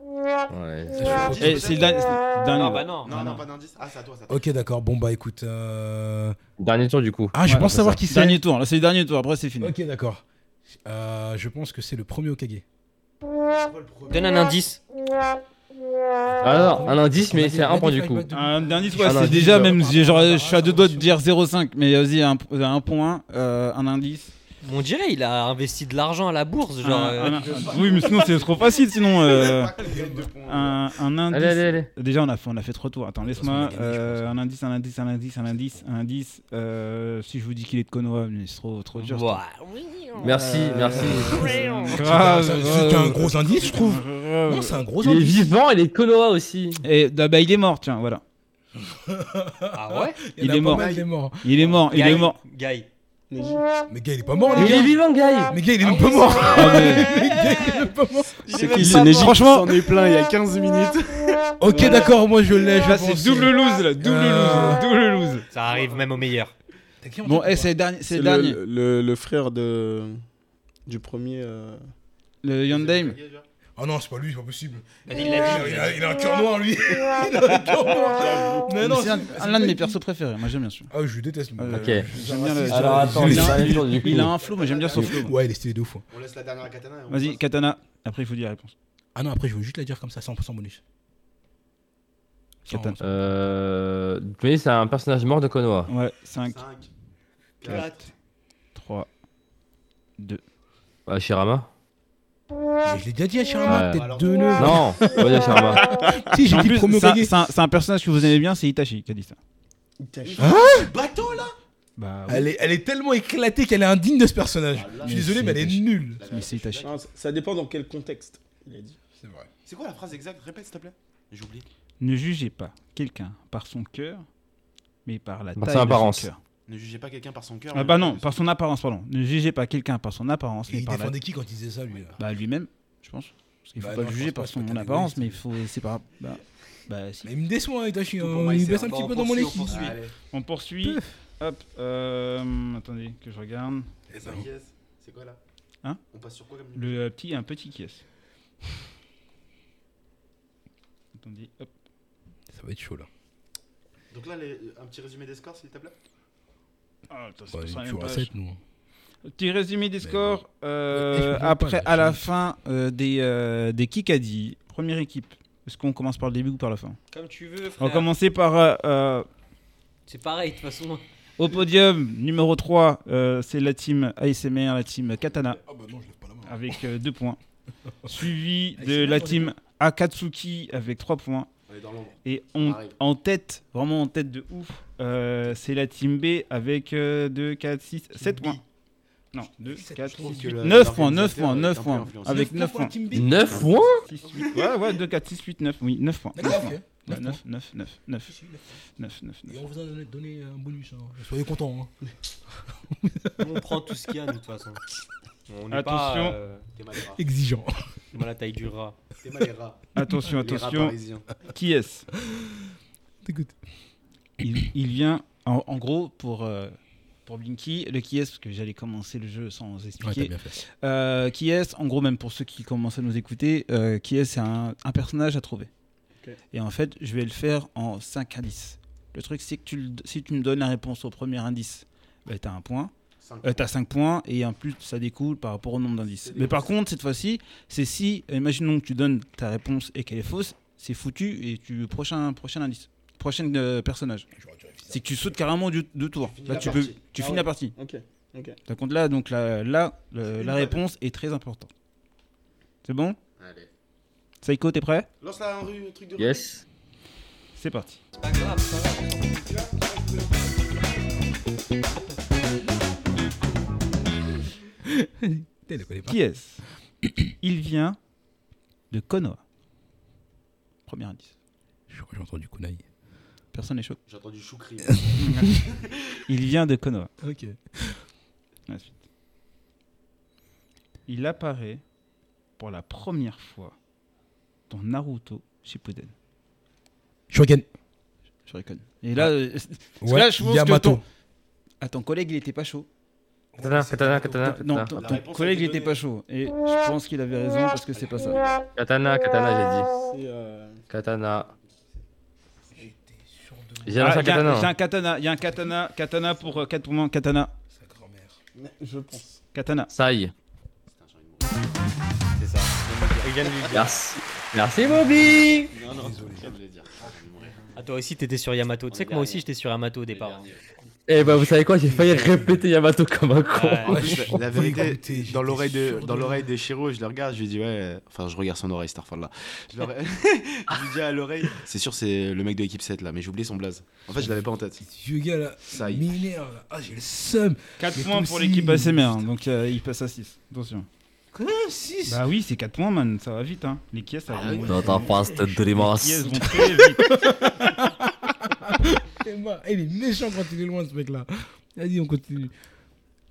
[SPEAKER 2] Ouais, c'est
[SPEAKER 3] Ah,
[SPEAKER 2] chaud.
[SPEAKER 5] Dis,
[SPEAKER 1] Eh, c'est le dernier.
[SPEAKER 4] Non, bah non.
[SPEAKER 5] Non, non, pas d'indice. Ah, c'est à toi, c'est à toi.
[SPEAKER 3] Ok, d'accord. Bon, bah écoute. euh,
[SPEAKER 2] Dernier tour du coup.
[SPEAKER 3] Ah, je
[SPEAKER 1] Ouais,
[SPEAKER 3] pense
[SPEAKER 1] c'est
[SPEAKER 3] savoir
[SPEAKER 1] ça.
[SPEAKER 3] qui c'est.
[SPEAKER 1] Dernier tour, là, c'est le dernier tour, après, c'est fini.
[SPEAKER 3] Ok, d'accord. Euh, Je pense que c'est le premier Okage.
[SPEAKER 5] C'est quoi le premier
[SPEAKER 4] Donne un indice.
[SPEAKER 2] Alors, un indice, mais c'est un point du coup.
[SPEAKER 1] Un dernier,
[SPEAKER 2] Un
[SPEAKER 3] Ah,
[SPEAKER 1] ouais, c'est
[SPEAKER 2] indice,
[SPEAKER 1] déjà
[SPEAKER 2] euh,
[SPEAKER 1] même.
[SPEAKER 3] par
[SPEAKER 1] j'ai-
[SPEAKER 3] rapport
[SPEAKER 1] Genre,
[SPEAKER 3] à
[SPEAKER 1] je
[SPEAKER 3] la
[SPEAKER 1] suis à deux doigts de dire
[SPEAKER 3] réservation.
[SPEAKER 1] 0,5, mais vas-y, un, un point, euh, un indice.
[SPEAKER 4] On dirait il a investi de l'argent à la bourse, genre.
[SPEAKER 1] Un-
[SPEAKER 4] euh,
[SPEAKER 1] un- un- oui, mais sinon, c'est trop facile, sinon. euh,
[SPEAKER 5] Pas qu'on gagne deux points.
[SPEAKER 1] un, un indice.
[SPEAKER 2] Allez, allez, allez.
[SPEAKER 1] Déjà, on a fait, on a fait trop tours. Attends,
[SPEAKER 3] on a
[SPEAKER 1] laisse-moi.
[SPEAKER 3] gagné, je
[SPEAKER 1] euh, un indice, un indice, un indice, un indice, un indice. Euh, si je vous dis qu'il est de Konoha, mais c'est trop, trop dur. Euh,
[SPEAKER 4] Ouah.
[SPEAKER 2] Merci, merci.
[SPEAKER 3] Ah,
[SPEAKER 1] Grave,
[SPEAKER 3] Grave, c'est un
[SPEAKER 1] grave.
[SPEAKER 3] gros indice, je trouve.
[SPEAKER 1] Grave.
[SPEAKER 3] Non, c'est un gros
[SPEAKER 2] Il est
[SPEAKER 3] indice.
[SPEAKER 2] vivant, il est de Konoha aussi.
[SPEAKER 1] Et ah bah, il est mort, tiens, voilà.
[SPEAKER 3] y en
[SPEAKER 4] Ah ouais
[SPEAKER 3] a
[SPEAKER 1] il est
[SPEAKER 3] pas
[SPEAKER 1] mort.
[SPEAKER 3] mal, Il est mort.
[SPEAKER 1] Il est mort, il
[SPEAKER 4] Guy,
[SPEAKER 1] est mort.
[SPEAKER 4] Guy.
[SPEAKER 3] Mais gars, il est pas mort,
[SPEAKER 2] Mais
[SPEAKER 3] les
[SPEAKER 2] il est
[SPEAKER 3] gars.
[SPEAKER 2] vivant, Guy.
[SPEAKER 3] Mais gars, il est même pas mort.
[SPEAKER 1] Ah, mais-
[SPEAKER 3] Mais gars, il est même pas mort.
[SPEAKER 5] Il est même
[SPEAKER 1] qui,
[SPEAKER 5] pas
[SPEAKER 1] ce
[SPEAKER 5] mort.
[SPEAKER 1] Neji
[SPEAKER 6] J'en ai plein il y a 15 minutes.
[SPEAKER 3] Ok,
[SPEAKER 1] Ouais.
[SPEAKER 3] d'accord, moi je l'ai, je
[SPEAKER 1] Là,
[SPEAKER 3] pense.
[SPEAKER 1] c'est double lose, là. Double
[SPEAKER 3] Ah.
[SPEAKER 1] lose, double lose.
[SPEAKER 4] Ça arrive même au meilleur.
[SPEAKER 3] T'as qui en
[SPEAKER 1] Bon,
[SPEAKER 3] tête,
[SPEAKER 1] eh,
[SPEAKER 3] toi
[SPEAKER 1] c'est le dernier. C'est
[SPEAKER 6] C'est
[SPEAKER 1] le
[SPEAKER 6] le,
[SPEAKER 1] dernier.
[SPEAKER 6] le, le- le frère de, du premier. euh,
[SPEAKER 1] Le Yandame.
[SPEAKER 3] Oh non, c'est pas lui, c'est pas possible.
[SPEAKER 4] Vas-y, il
[SPEAKER 3] Il
[SPEAKER 4] l'a
[SPEAKER 3] a,
[SPEAKER 4] dit.
[SPEAKER 3] il a- il a un cœur noir, lui. il a un cœur noir. Mais non,
[SPEAKER 1] C'est un- un- l'un de mes persos préférés. Moi, j'aime bien celui
[SPEAKER 3] Ah, je lui déteste. moi.
[SPEAKER 1] Euh,
[SPEAKER 2] Ok.
[SPEAKER 3] Ah,
[SPEAKER 1] J'aime bien le-
[SPEAKER 2] Alors attends,
[SPEAKER 1] il,
[SPEAKER 2] le
[SPEAKER 1] a,
[SPEAKER 2] dernier tour du coup.
[SPEAKER 1] il a un flow, mais j'aime bien son flow.
[SPEAKER 3] Ouais, il est stylé de ouf. hein.
[SPEAKER 5] On laisse la dernière à Katana. et on
[SPEAKER 1] Vas-y,
[SPEAKER 5] passe.
[SPEAKER 1] Katana. Après, il faut dire la réponse.
[SPEAKER 3] Ah non, après, je veux juste la dire comme ça, 100% bonus.
[SPEAKER 1] Katana.
[SPEAKER 2] Euh. Mais c'est un personnage mort de Konoha.
[SPEAKER 1] Ouais, 5,
[SPEAKER 5] Cinq, quatre.
[SPEAKER 1] 3.
[SPEAKER 2] Bah, Shirama
[SPEAKER 3] Je l'ai déjà dit à Sharma,
[SPEAKER 2] Ouais.
[SPEAKER 3] t'es
[SPEAKER 5] Alors-
[SPEAKER 3] deux nœuds.
[SPEAKER 2] Non Pas de Shirama.
[SPEAKER 3] Si, j'ai
[SPEAKER 1] En
[SPEAKER 3] dit
[SPEAKER 1] plus,
[SPEAKER 3] promo
[SPEAKER 1] c'est un,
[SPEAKER 3] gagné.
[SPEAKER 1] c'est un- c'est un personnage que vous aimez bien, c'est Itachi qui a dit ça.
[SPEAKER 5] Bateau là
[SPEAKER 1] Bah,
[SPEAKER 3] Elle est, elle est tellement éclatée qu'elle est indigne de ce personnage.
[SPEAKER 5] Ah, là,
[SPEAKER 3] je suis
[SPEAKER 1] mais
[SPEAKER 3] désolé, mais elle est
[SPEAKER 1] c'est-
[SPEAKER 3] nulle.
[SPEAKER 1] Mais c'est Itachi.
[SPEAKER 6] Non, Ah, ça- ça dépend dans quel contexte. Il a dit.
[SPEAKER 3] C'est vrai.
[SPEAKER 5] C'est quoi la phrase exacte Répète s'il te plaît. J'oublie.
[SPEAKER 1] Ne jugez pas quelqu'un par son cœur, mais par la
[SPEAKER 2] Par
[SPEAKER 1] taille
[SPEAKER 2] son
[SPEAKER 1] de
[SPEAKER 2] apparence.
[SPEAKER 1] son cœur.
[SPEAKER 5] Ne jugez pas quelqu'un par son cœur.
[SPEAKER 1] Ah bah non, par son apparence, pardon. Ne jugez pas quelqu'un par son apparence,
[SPEAKER 3] Et
[SPEAKER 1] mais
[SPEAKER 3] il
[SPEAKER 1] par la...
[SPEAKER 3] défendait qui quand il disait ça, lui là
[SPEAKER 1] Bah lui-même, je pense. Parce qu'il faut
[SPEAKER 3] Bah
[SPEAKER 1] pas
[SPEAKER 3] non,
[SPEAKER 1] le
[SPEAKER 3] je
[SPEAKER 1] juger
[SPEAKER 3] pense
[SPEAKER 1] par
[SPEAKER 3] pas, c'est pas
[SPEAKER 1] son
[SPEAKER 3] un
[SPEAKER 1] apparence,
[SPEAKER 3] égoïste.
[SPEAKER 1] mais il faut... C'est pas... Bah, bah si.
[SPEAKER 3] Mais il me déçoit, Itachi.
[SPEAKER 5] Tout pour
[SPEAKER 3] hein. Il
[SPEAKER 5] Maïsère.
[SPEAKER 3] baisse un
[SPEAKER 4] Bon,
[SPEAKER 3] petit
[SPEAKER 4] on
[SPEAKER 3] peu dans mon
[SPEAKER 4] poursuit, on
[SPEAKER 3] équipe.
[SPEAKER 4] poursuit.
[SPEAKER 5] Allez.
[SPEAKER 1] On poursuit. Hop. euh, attendez, que je regarde.
[SPEAKER 5] C'est un yes. C'est quoi là
[SPEAKER 1] Hein
[SPEAKER 5] On passe sur quoi comme
[SPEAKER 1] Le euh, petit, un petit qui est. Attendez, hop.
[SPEAKER 3] Ça va être chaud là.
[SPEAKER 5] Donc là, les- un petit résumé des scores s'il te plaît.
[SPEAKER 1] Ah, attends, c'est
[SPEAKER 3] Ouais,
[SPEAKER 1] pas sur la
[SPEAKER 3] Bah, toujours
[SPEAKER 1] même
[SPEAKER 3] à
[SPEAKER 1] page.
[SPEAKER 3] 7, nous.
[SPEAKER 1] Petit résumé des
[SPEAKER 3] Mais
[SPEAKER 1] scores. euh,
[SPEAKER 3] Eh, je me vois
[SPEAKER 1] après,
[SPEAKER 3] pas, là,
[SPEAKER 1] à
[SPEAKER 3] je
[SPEAKER 1] la
[SPEAKER 3] sais.
[SPEAKER 1] fin euh, des, euh, des Kikadi, première équipe. Est-ce qu'on commence par le début ou par la fin
[SPEAKER 4] Comme tu veux,
[SPEAKER 1] On va commencer par euh, euh,
[SPEAKER 4] C'est pareil, de toute façon.
[SPEAKER 1] au podium numéro 3. c'est la team ASMR, la team Katana,
[SPEAKER 3] Ah bah non, je lève pas la main.
[SPEAKER 1] avec 2 points. Suivi de
[SPEAKER 3] ASMR,
[SPEAKER 1] la
[SPEAKER 3] on est
[SPEAKER 1] team Akatsuki avec 3 points.
[SPEAKER 5] On est dans l'ombre.
[SPEAKER 1] Et on-
[SPEAKER 3] Ah
[SPEAKER 5] Pareil.
[SPEAKER 1] en tête, vraiment en tête de ouf, euh, c'est la team B avec euh, 2, 4, 6, 7 points. Non, 2,
[SPEAKER 3] Sept,
[SPEAKER 1] 4,
[SPEAKER 3] je trouve
[SPEAKER 1] 6, 9 points, 9 points, 9
[SPEAKER 5] l'organisateur est un peu
[SPEAKER 1] points.
[SPEAKER 5] influencé.
[SPEAKER 1] Avec 9
[SPEAKER 3] pour la
[SPEAKER 1] points.
[SPEAKER 3] Team B.
[SPEAKER 2] 9 points
[SPEAKER 1] 6, 8, ouais, ouais, 2, 4, 6, 8, 9, oui, 9 points. 9,
[SPEAKER 3] D'accord, ok.
[SPEAKER 1] 9,
[SPEAKER 3] 9
[SPEAKER 1] 9, 9, 9, 9,
[SPEAKER 3] points.
[SPEAKER 1] 9, 9,
[SPEAKER 3] Et on vous a donné- donné un bonus. hein. Soyez contents. hein.
[SPEAKER 4] On prend tout ce qu'il y a, nous, de toute façon. On n'est pas
[SPEAKER 1] Attention.
[SPEAKER 4] euh,
[SPEAKER 5] T'es mal les rats.
[SPEAKER 3] Exigeant.
[SPEAKER 4] dans la taille du rat.
[SPEAKER 5] T'es mal les rats.
[SPEAKER 1] Attention,
[SPEAKER 5] Les rats
[SPEAKER 1] attention,
[SPEAKER 5] parisiens.
[SPEAKER 1] qui est-ce
[SPEAKER 3] T'écoutes.
[SPEAKER 1] il, il vient, en, en gros, pour, euh, pour Blinky, le qui est, parce que j'allais commencer le jeu sans
[SPEAKER 3] Ouais, t'as
[SPEAKER 1] expliquer.
[SPEAKER 3] bien fait.
[SPEAKER 1] Euh, qui est, en gros, même pour ceux qui commencent à nous écouter, euh, qui est, c'est un, un personnage à trouver.
[SPEAKER 6] Ok.
[SPEAKER 1] Et en fait, je vais le faire en 5 indices. Le truc, c'est que tu, le- si tu me donnes la réponse au premier indice, bah, t'as un point.
[SPEAKER 5] Cinq
[SPEAKER 1] Euh, T'as 5 points et en plus ça découle par rapport au nombre d'indices. Mais par contre, cette fois-ci, c'est si, euh, imaginons que tu donnes ta réponse et qu'elle est fausse, c'est foutu et tu prochain, prochain indice, prochain euh, personnage.
[SPEAKER 3] J'aurais dû réviser.
[SPEAKER 1] C'est que tu sautes carrément du, deux tours.
[SPEAKER 5] finis
[SPEAKER 1] Là,
[SPEAKER 5] la
[SPEAKER 1] tu, peux,
[SPEAKER 5] partie.
[SPEAKER 1] tu
[SPEAKER 6] Ah
[SPEAKER 1] finis
[SPEAKER 6] ouais.
[SPEAKER 1] la partie.
[SPEAKER 6] Ok, ok.
[SPEAKER 1] T'as compte là, donc là, là
[SPEAKER 5] C'est
[SPEAKER 1] le-
[SPEAKER 5] une
[SPEAKER 1] la
[SPEAKER 5] bonne.
[SPEAKER 1] réponse est très importante. C'est bon
[SPEAKER 5] points. Allez.
[SPEAKER 1] Saiko, t'es prêt
[SPEAKER 5] Lance la rue, truc de
[SPEAKER 2] Yes.
[SPEAKER 1] C'est parti.
[SPEAKER 4] C'est pas grave, ça va.
[SPEAKER 3] Putain, il la connaît pas.
[SPEAKER 1] Qui est-ce Il vient de Konoha. Premier indice.
[SPEAKER 3] Je crois que j'ai entendu Kunai.
[SPEAKER 1] Personne n'est chaud.
[SPEAKER 5] J'ai entendu choucri.
[SPEAKER 1] Il vient de Konoha.
[SPEAKER 3] Ok.
[SPEAKER 1] Ensuite. Il apparaît pour la première fois dans Naruto Shippuden.
[SPEAKER 3] Shogun.
[SPEAKER 1] Shuriken. Et là, euh, parce que
[SPEAKER 3] Ouais,
[SPEAKER 1] là, je pense que
[SPEAKER 3] Yamato.
[SPEAKER 1] ton... Ah, ton collègue, il était pas chaud.
[SPEAKER 2] Katana, katana, katana,
[SPEAKER 1] Non,
[SPEAKER 2] katana.
[SPEAKER 1] ton,
[SPEAKER 5] La
[SPEAKER 1] ton
[SPEAKER 5] réponse a
[SPEAKER 1] collègue,
[SPEAKER 5] été
[SPEAKER 1] il était
[SPEAKER 5] donnée.
[SPEAKER 1] pas chaud. Et je pense qu'il avait raison parce que c'est pas ça.
[SPEAKER 2] Katana, katana, j'ai dit.
[SPEAKER 6] C'est, euh,
[SPEAKER 2] Katana.
[SPEAKER 3] J'étais sûr de
[SPEAKER 2] J'ai
[SPEAKER 1] Ah,
[SPEAKER 2] lancé un
[SPEAKER 1] il y a-
[SPEAKER 2] katana.
[SPEAKER 1] J'ai
[SPEAKER 2] hein.
[SPEAKER 1] un katana. Il y a un katana. Katana pour 4 points. Katana.
[SPEAKER 3] sa grand-mère.
[SPEAKER 6] Je pense.
[SPEAKER 1] Katana.
[SPEAKER 2] Sai.
[SPEAKER 5] Putain, j'ai envie de mourir. C'est ça.
[SPEAKER 4] Il vient de lui dire.
[SPEAKER 2] Merci. Merci Bobby
[SPEAKER 5] Non, non,
[SPEAKER 3] Désolé.
[SPEAKER 5] je viens de le dire. J'ai envie de mourir.
[SPEAKER 4] Ah, toi aussi, t'étais sur Yamato. Tu sais que moi aussi, j'étais sur Yamato au départ. hein.
[SPEAKER 2] Eh bah vous savez quoi, j'ai failli répéter Yamato comme un con.
[SPEAKER 4] Ouais.
[SPEAKER 5] En plus, la- la
[SPEAKER 3] Écoutez,
[SPEAKER 5] vérité,
[SPEAKER 3] j'étais
[SPEAKER 5] dans l'oreille de,
[SPEAKER 3] sûr de
[SPEAKER 5] dans
[SPEAKER 3] lui.
[SPEAKER 5] l'oreille de Shiro, je le regarde, je lui dis ouais, euh, enfin je regarde son oreille, Starfall là. Je, le re- je lui dis à l'oreille, c'est sûr c'est le mec de l'équipe 7 là, mais j'ai oublié son blaze. En fait, je l'avais pas en tête.
[SPEAKER 3] Vieux gars là,
[SPEAKER 5] Ça y est.
[SPEAKER 3] m'énerve. là. Ah, j'ai le seum.
[SPEAKER 1] 4
[SPEAKER 3] Mais
[SPEAKER 1] points
[SPEAKER 3] toi
[SPEAKER 1] pour
[SPEAKER 3] aussi.
[SPEAKER 1] l'équipe ASMR. hein, Donc euh, il passe à 6. Attention.
[SPEAKER 3] Quoi 6
[SPEAKER 1] Bah oui, c'est 4 points, man. Ça va vite. Hein. Les caisses, ça va vite.
[SPEAKER 2] Dans ta face, tête de
[SPEAKER 1] Les caisses
[SPEAKER 2] grimace.
[SPEAKER 1] vont très vite.
[SPEAKER 3] Eh, Il est méchant quand il est loin ce mec là. Vas-y, on continue.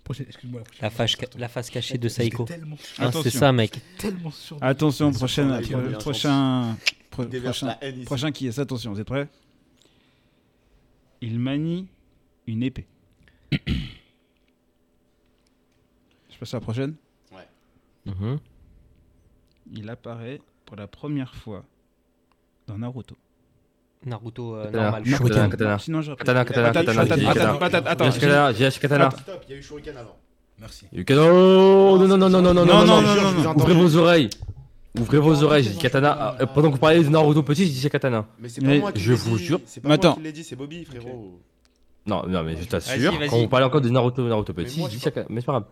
[SPEAKER 3] Prochaine, excuse-moi. La, prochaine.
[SPEAKER 4] La face, ca- la face cachée de
[SPEAKER 3] J'étais
[SPEAKER 4] Saiko.
[SPEAKER 3] tellement,
[SPEAKER 4] Hein,
[SPEAKER 1] Attention.
[SPEAKER 4] c'est ça, mec.
[SPEAKER 3] tellement sûr de
[SPEAKER 1] Attention,
[SPEAKER 5] Ils sont
[SPEAKER 1] prochaine,
[SPEAKER 5] sur la
[SPEAKER 1] pro-
[SPEAKER 5] ligne, bien
[SPEAKER 1] prochain, Pro-
[SPEAKER 5] déverse
[SPEAKER 1] prochain,
[SPEAKER 5] la haine ici.
[SPEAKER 1] prochain qui est Attention, vous êtes prêts Il manie une épée. Je passe à la prochaine.
[SPEAKER 2] Mhm.
[SPEAKER 1] Il apparaît pour la première fois dans Naruto.
[SPEAKER 4] Naruto euh,
[SPEAKER 2] Katana.
[SPEAKER 4] normal.
[SPEAKER 3] Shuriken.
[SPEAKER 1] Ah,
[SPEAKER 2] Katana, katana.
[SPEAKER 1] Sinon, je rappelle.
[SPEAKER 2] Katana, katana,
[SPEAKER 1] Patate,
[SPEAKER 2] katana.
[SPEAKER 1] patate,
[SPEAKER 2] j'ai
[SPEAKER 1] patate,
[SPEAKER 2] katana.
[SPEAKER 1] patate, attends,
[SPEAKER 2] J'ai katana, j'ai katana.
[SPEAKER 5] Stop, il y a eu Shuriken avant.
[SPEAKER 3] Merci.
[SPEAKER 2] Il y a eu katana. Oh, non, non, non, non, non, non, non, non,
[SPEAKER 1] non,
[SPEAKER 5] je
[SPEAKER 1] non,
[SPEAKER 5] vous
[SPEAKER 1] non.
[SPEAKER 5] entends.
[SPEAKER 2] Ouvrez vos oreilles. Ouvrez vos oreilles, j'ai dit katana. Ah, euh, Pendant que vous parlez de Naruto petit, j'ai dit katana.
[SPEAKER 5] Mais c'est pas
[SPEAKER 1] Mais
[SPEAKER 5] moi qui
[SPEAKER 2] je
[SPEAKER 5] l'ai
[SPEAKER 2] vous
[SPEAKER 5] dit,
[SPEAKER 2] jure.
[SPEAKER 5] C'est pas
[SPEAKER 1] Mais
[SPEAKER 5] moi
[SPEAKER 1] attends.
[SPEAKER 5] qui l'ai dit, c'est Bobby, frérot.
[SPEAKER 2] Non, non, mais je
[SPEAKER 4] Vas-y,
[SPEAKER 2] t'assure,
[SPEAKER 4] vas-y.
[SPEAKER 2] quand on parle encore de Naruto, Naruto petit,
[SPEAKER 5] moi,
[SPEAKER 2] j'ai dit
[SPEAKER 5] je sais
[SPEAKER 2] katana. Mais c'est pas grave.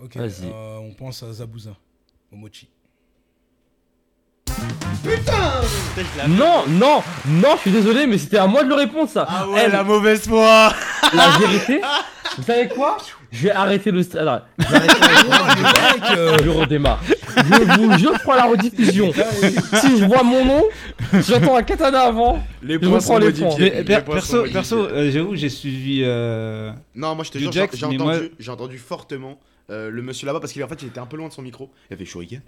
[SPEAKER 3] Ok,
[SPEAKER 2] Vas-y.
[SPEAKER 3] euh, on pense à Zabuza, au mochi.
[SPEAKER 4] Putain, je l'avais.
[SPEAKER 2] Non, non, non, je suis désolé, mais c'était à moi de le répondre, ça.
[SPEAKER 1] Ah
[SPEAKER 2] Eh,
[SPEAKER 5] mauvaise foi
[SPEAKER 2] La vérité, vous savez quoi Je vais arrêter le stream. Alors, je vais arrêter le
[SPEAKER 1] euh.
[SPEAKER 2] stream. Je redémarre. Je vous jure, je prends la rediffusion. Si je vois mon nom, j'entends un katana avant.
[SPEAKER 5] Les
[SPEAKER 2] Je reprends les points.
[SPEAKER 1] Mais, per- perso, perso, euh, j'avoue, j'ai suivi. euh,
[SPEAKER 5] Non, moi je te
[SPEAKER 1] Du
[SPEAKER 5] jure,
[SPEAKER 1] Jack,
[SPEAKER 5] j'ai j'ai
[SPEAKER 1] mais
[SPEAKER 5] entendu,
[SPEAKER 1] moi-
[SPEAKER 5] j'ai entendu fortement euh, le monsieur là-bas parce qu'il en fait il était un peu loin de son micro. Il fait Shuriken.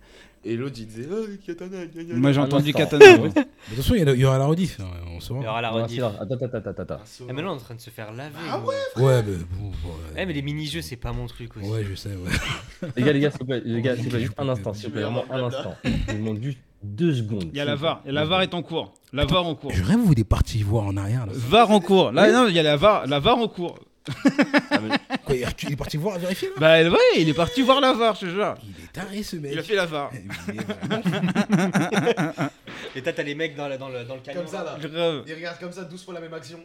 [SPEAKER 5] Et l'autre il disait oh, Katana, gna, gna,
[SPEAKER 1] Moi, j'ai
[SPEAKER 2] Un
[SPEAKER 1] entendu
[SPEAKER 2] instant.
[SPEAKER 1] Katana. ouais.
[SPEAKER 3] Mais De toute façon, il y a- il y, aura la rediff, hein, on se
[SPEAKER 4] Il y
[SPEAKER 3] voit.
[SPEAKER 4] aura la
[SPEAKER 2] Ah, si,
[SPEAKER 4] rediff.
[SPEAKER 2] là, Attends, attends, attends, attends.
[SPEAKER 5] gna.
[SPEAKER 4] Eh, mais là, on est en train de se faire laver.
[SPEAKER 5] Ah
[SPEAKER 4] nous.
[SPEAKER 3] Ouais, mais bon, bon,
[SPEAKER 4] Eh, mais les mini-jeux, c'est pas mon truc aussi.
[SPEAKER 3] Ouais, je sais, ouais.
[SPEAKER 2] Les gars, les gars, s'il vous plaît, les gars, s'il vous plaît, juste un instant, s'il vous plaît, vraiment un instant. Je vous demande juste deux secondes.
[SPEAKER 1] Il y a la VAR. Et la VAR est en cours. La VAR en cours.
[SPEAKER 3] Je rêve, vous, des parties voir en arrière, là.
[SPEAKER 1] VAR en cours. Là, non, il y a la VAR, la VAR en cours.
[SPEAKER 3] Quoi, il est- il est parti voir, vérifier, là
[SPEAKER 1] Bah ouais, il est parti voir la VAR, je te jure.
[SPEAKER 3] Il est taré, ce mec. Eh,
[SPEAKER 1] Il a fait la VAR.
[SPEAKER 3] Il est vraiment-
[SPEAKER 4] Et t'as t'as les mecs dans, la- dans le, dans le camion.
[SPEAKER 5] Comme ça là.
[SPEAKER 1] Grave.
[SPEAKER 5] Il regarde comme ça 12 fois la même action.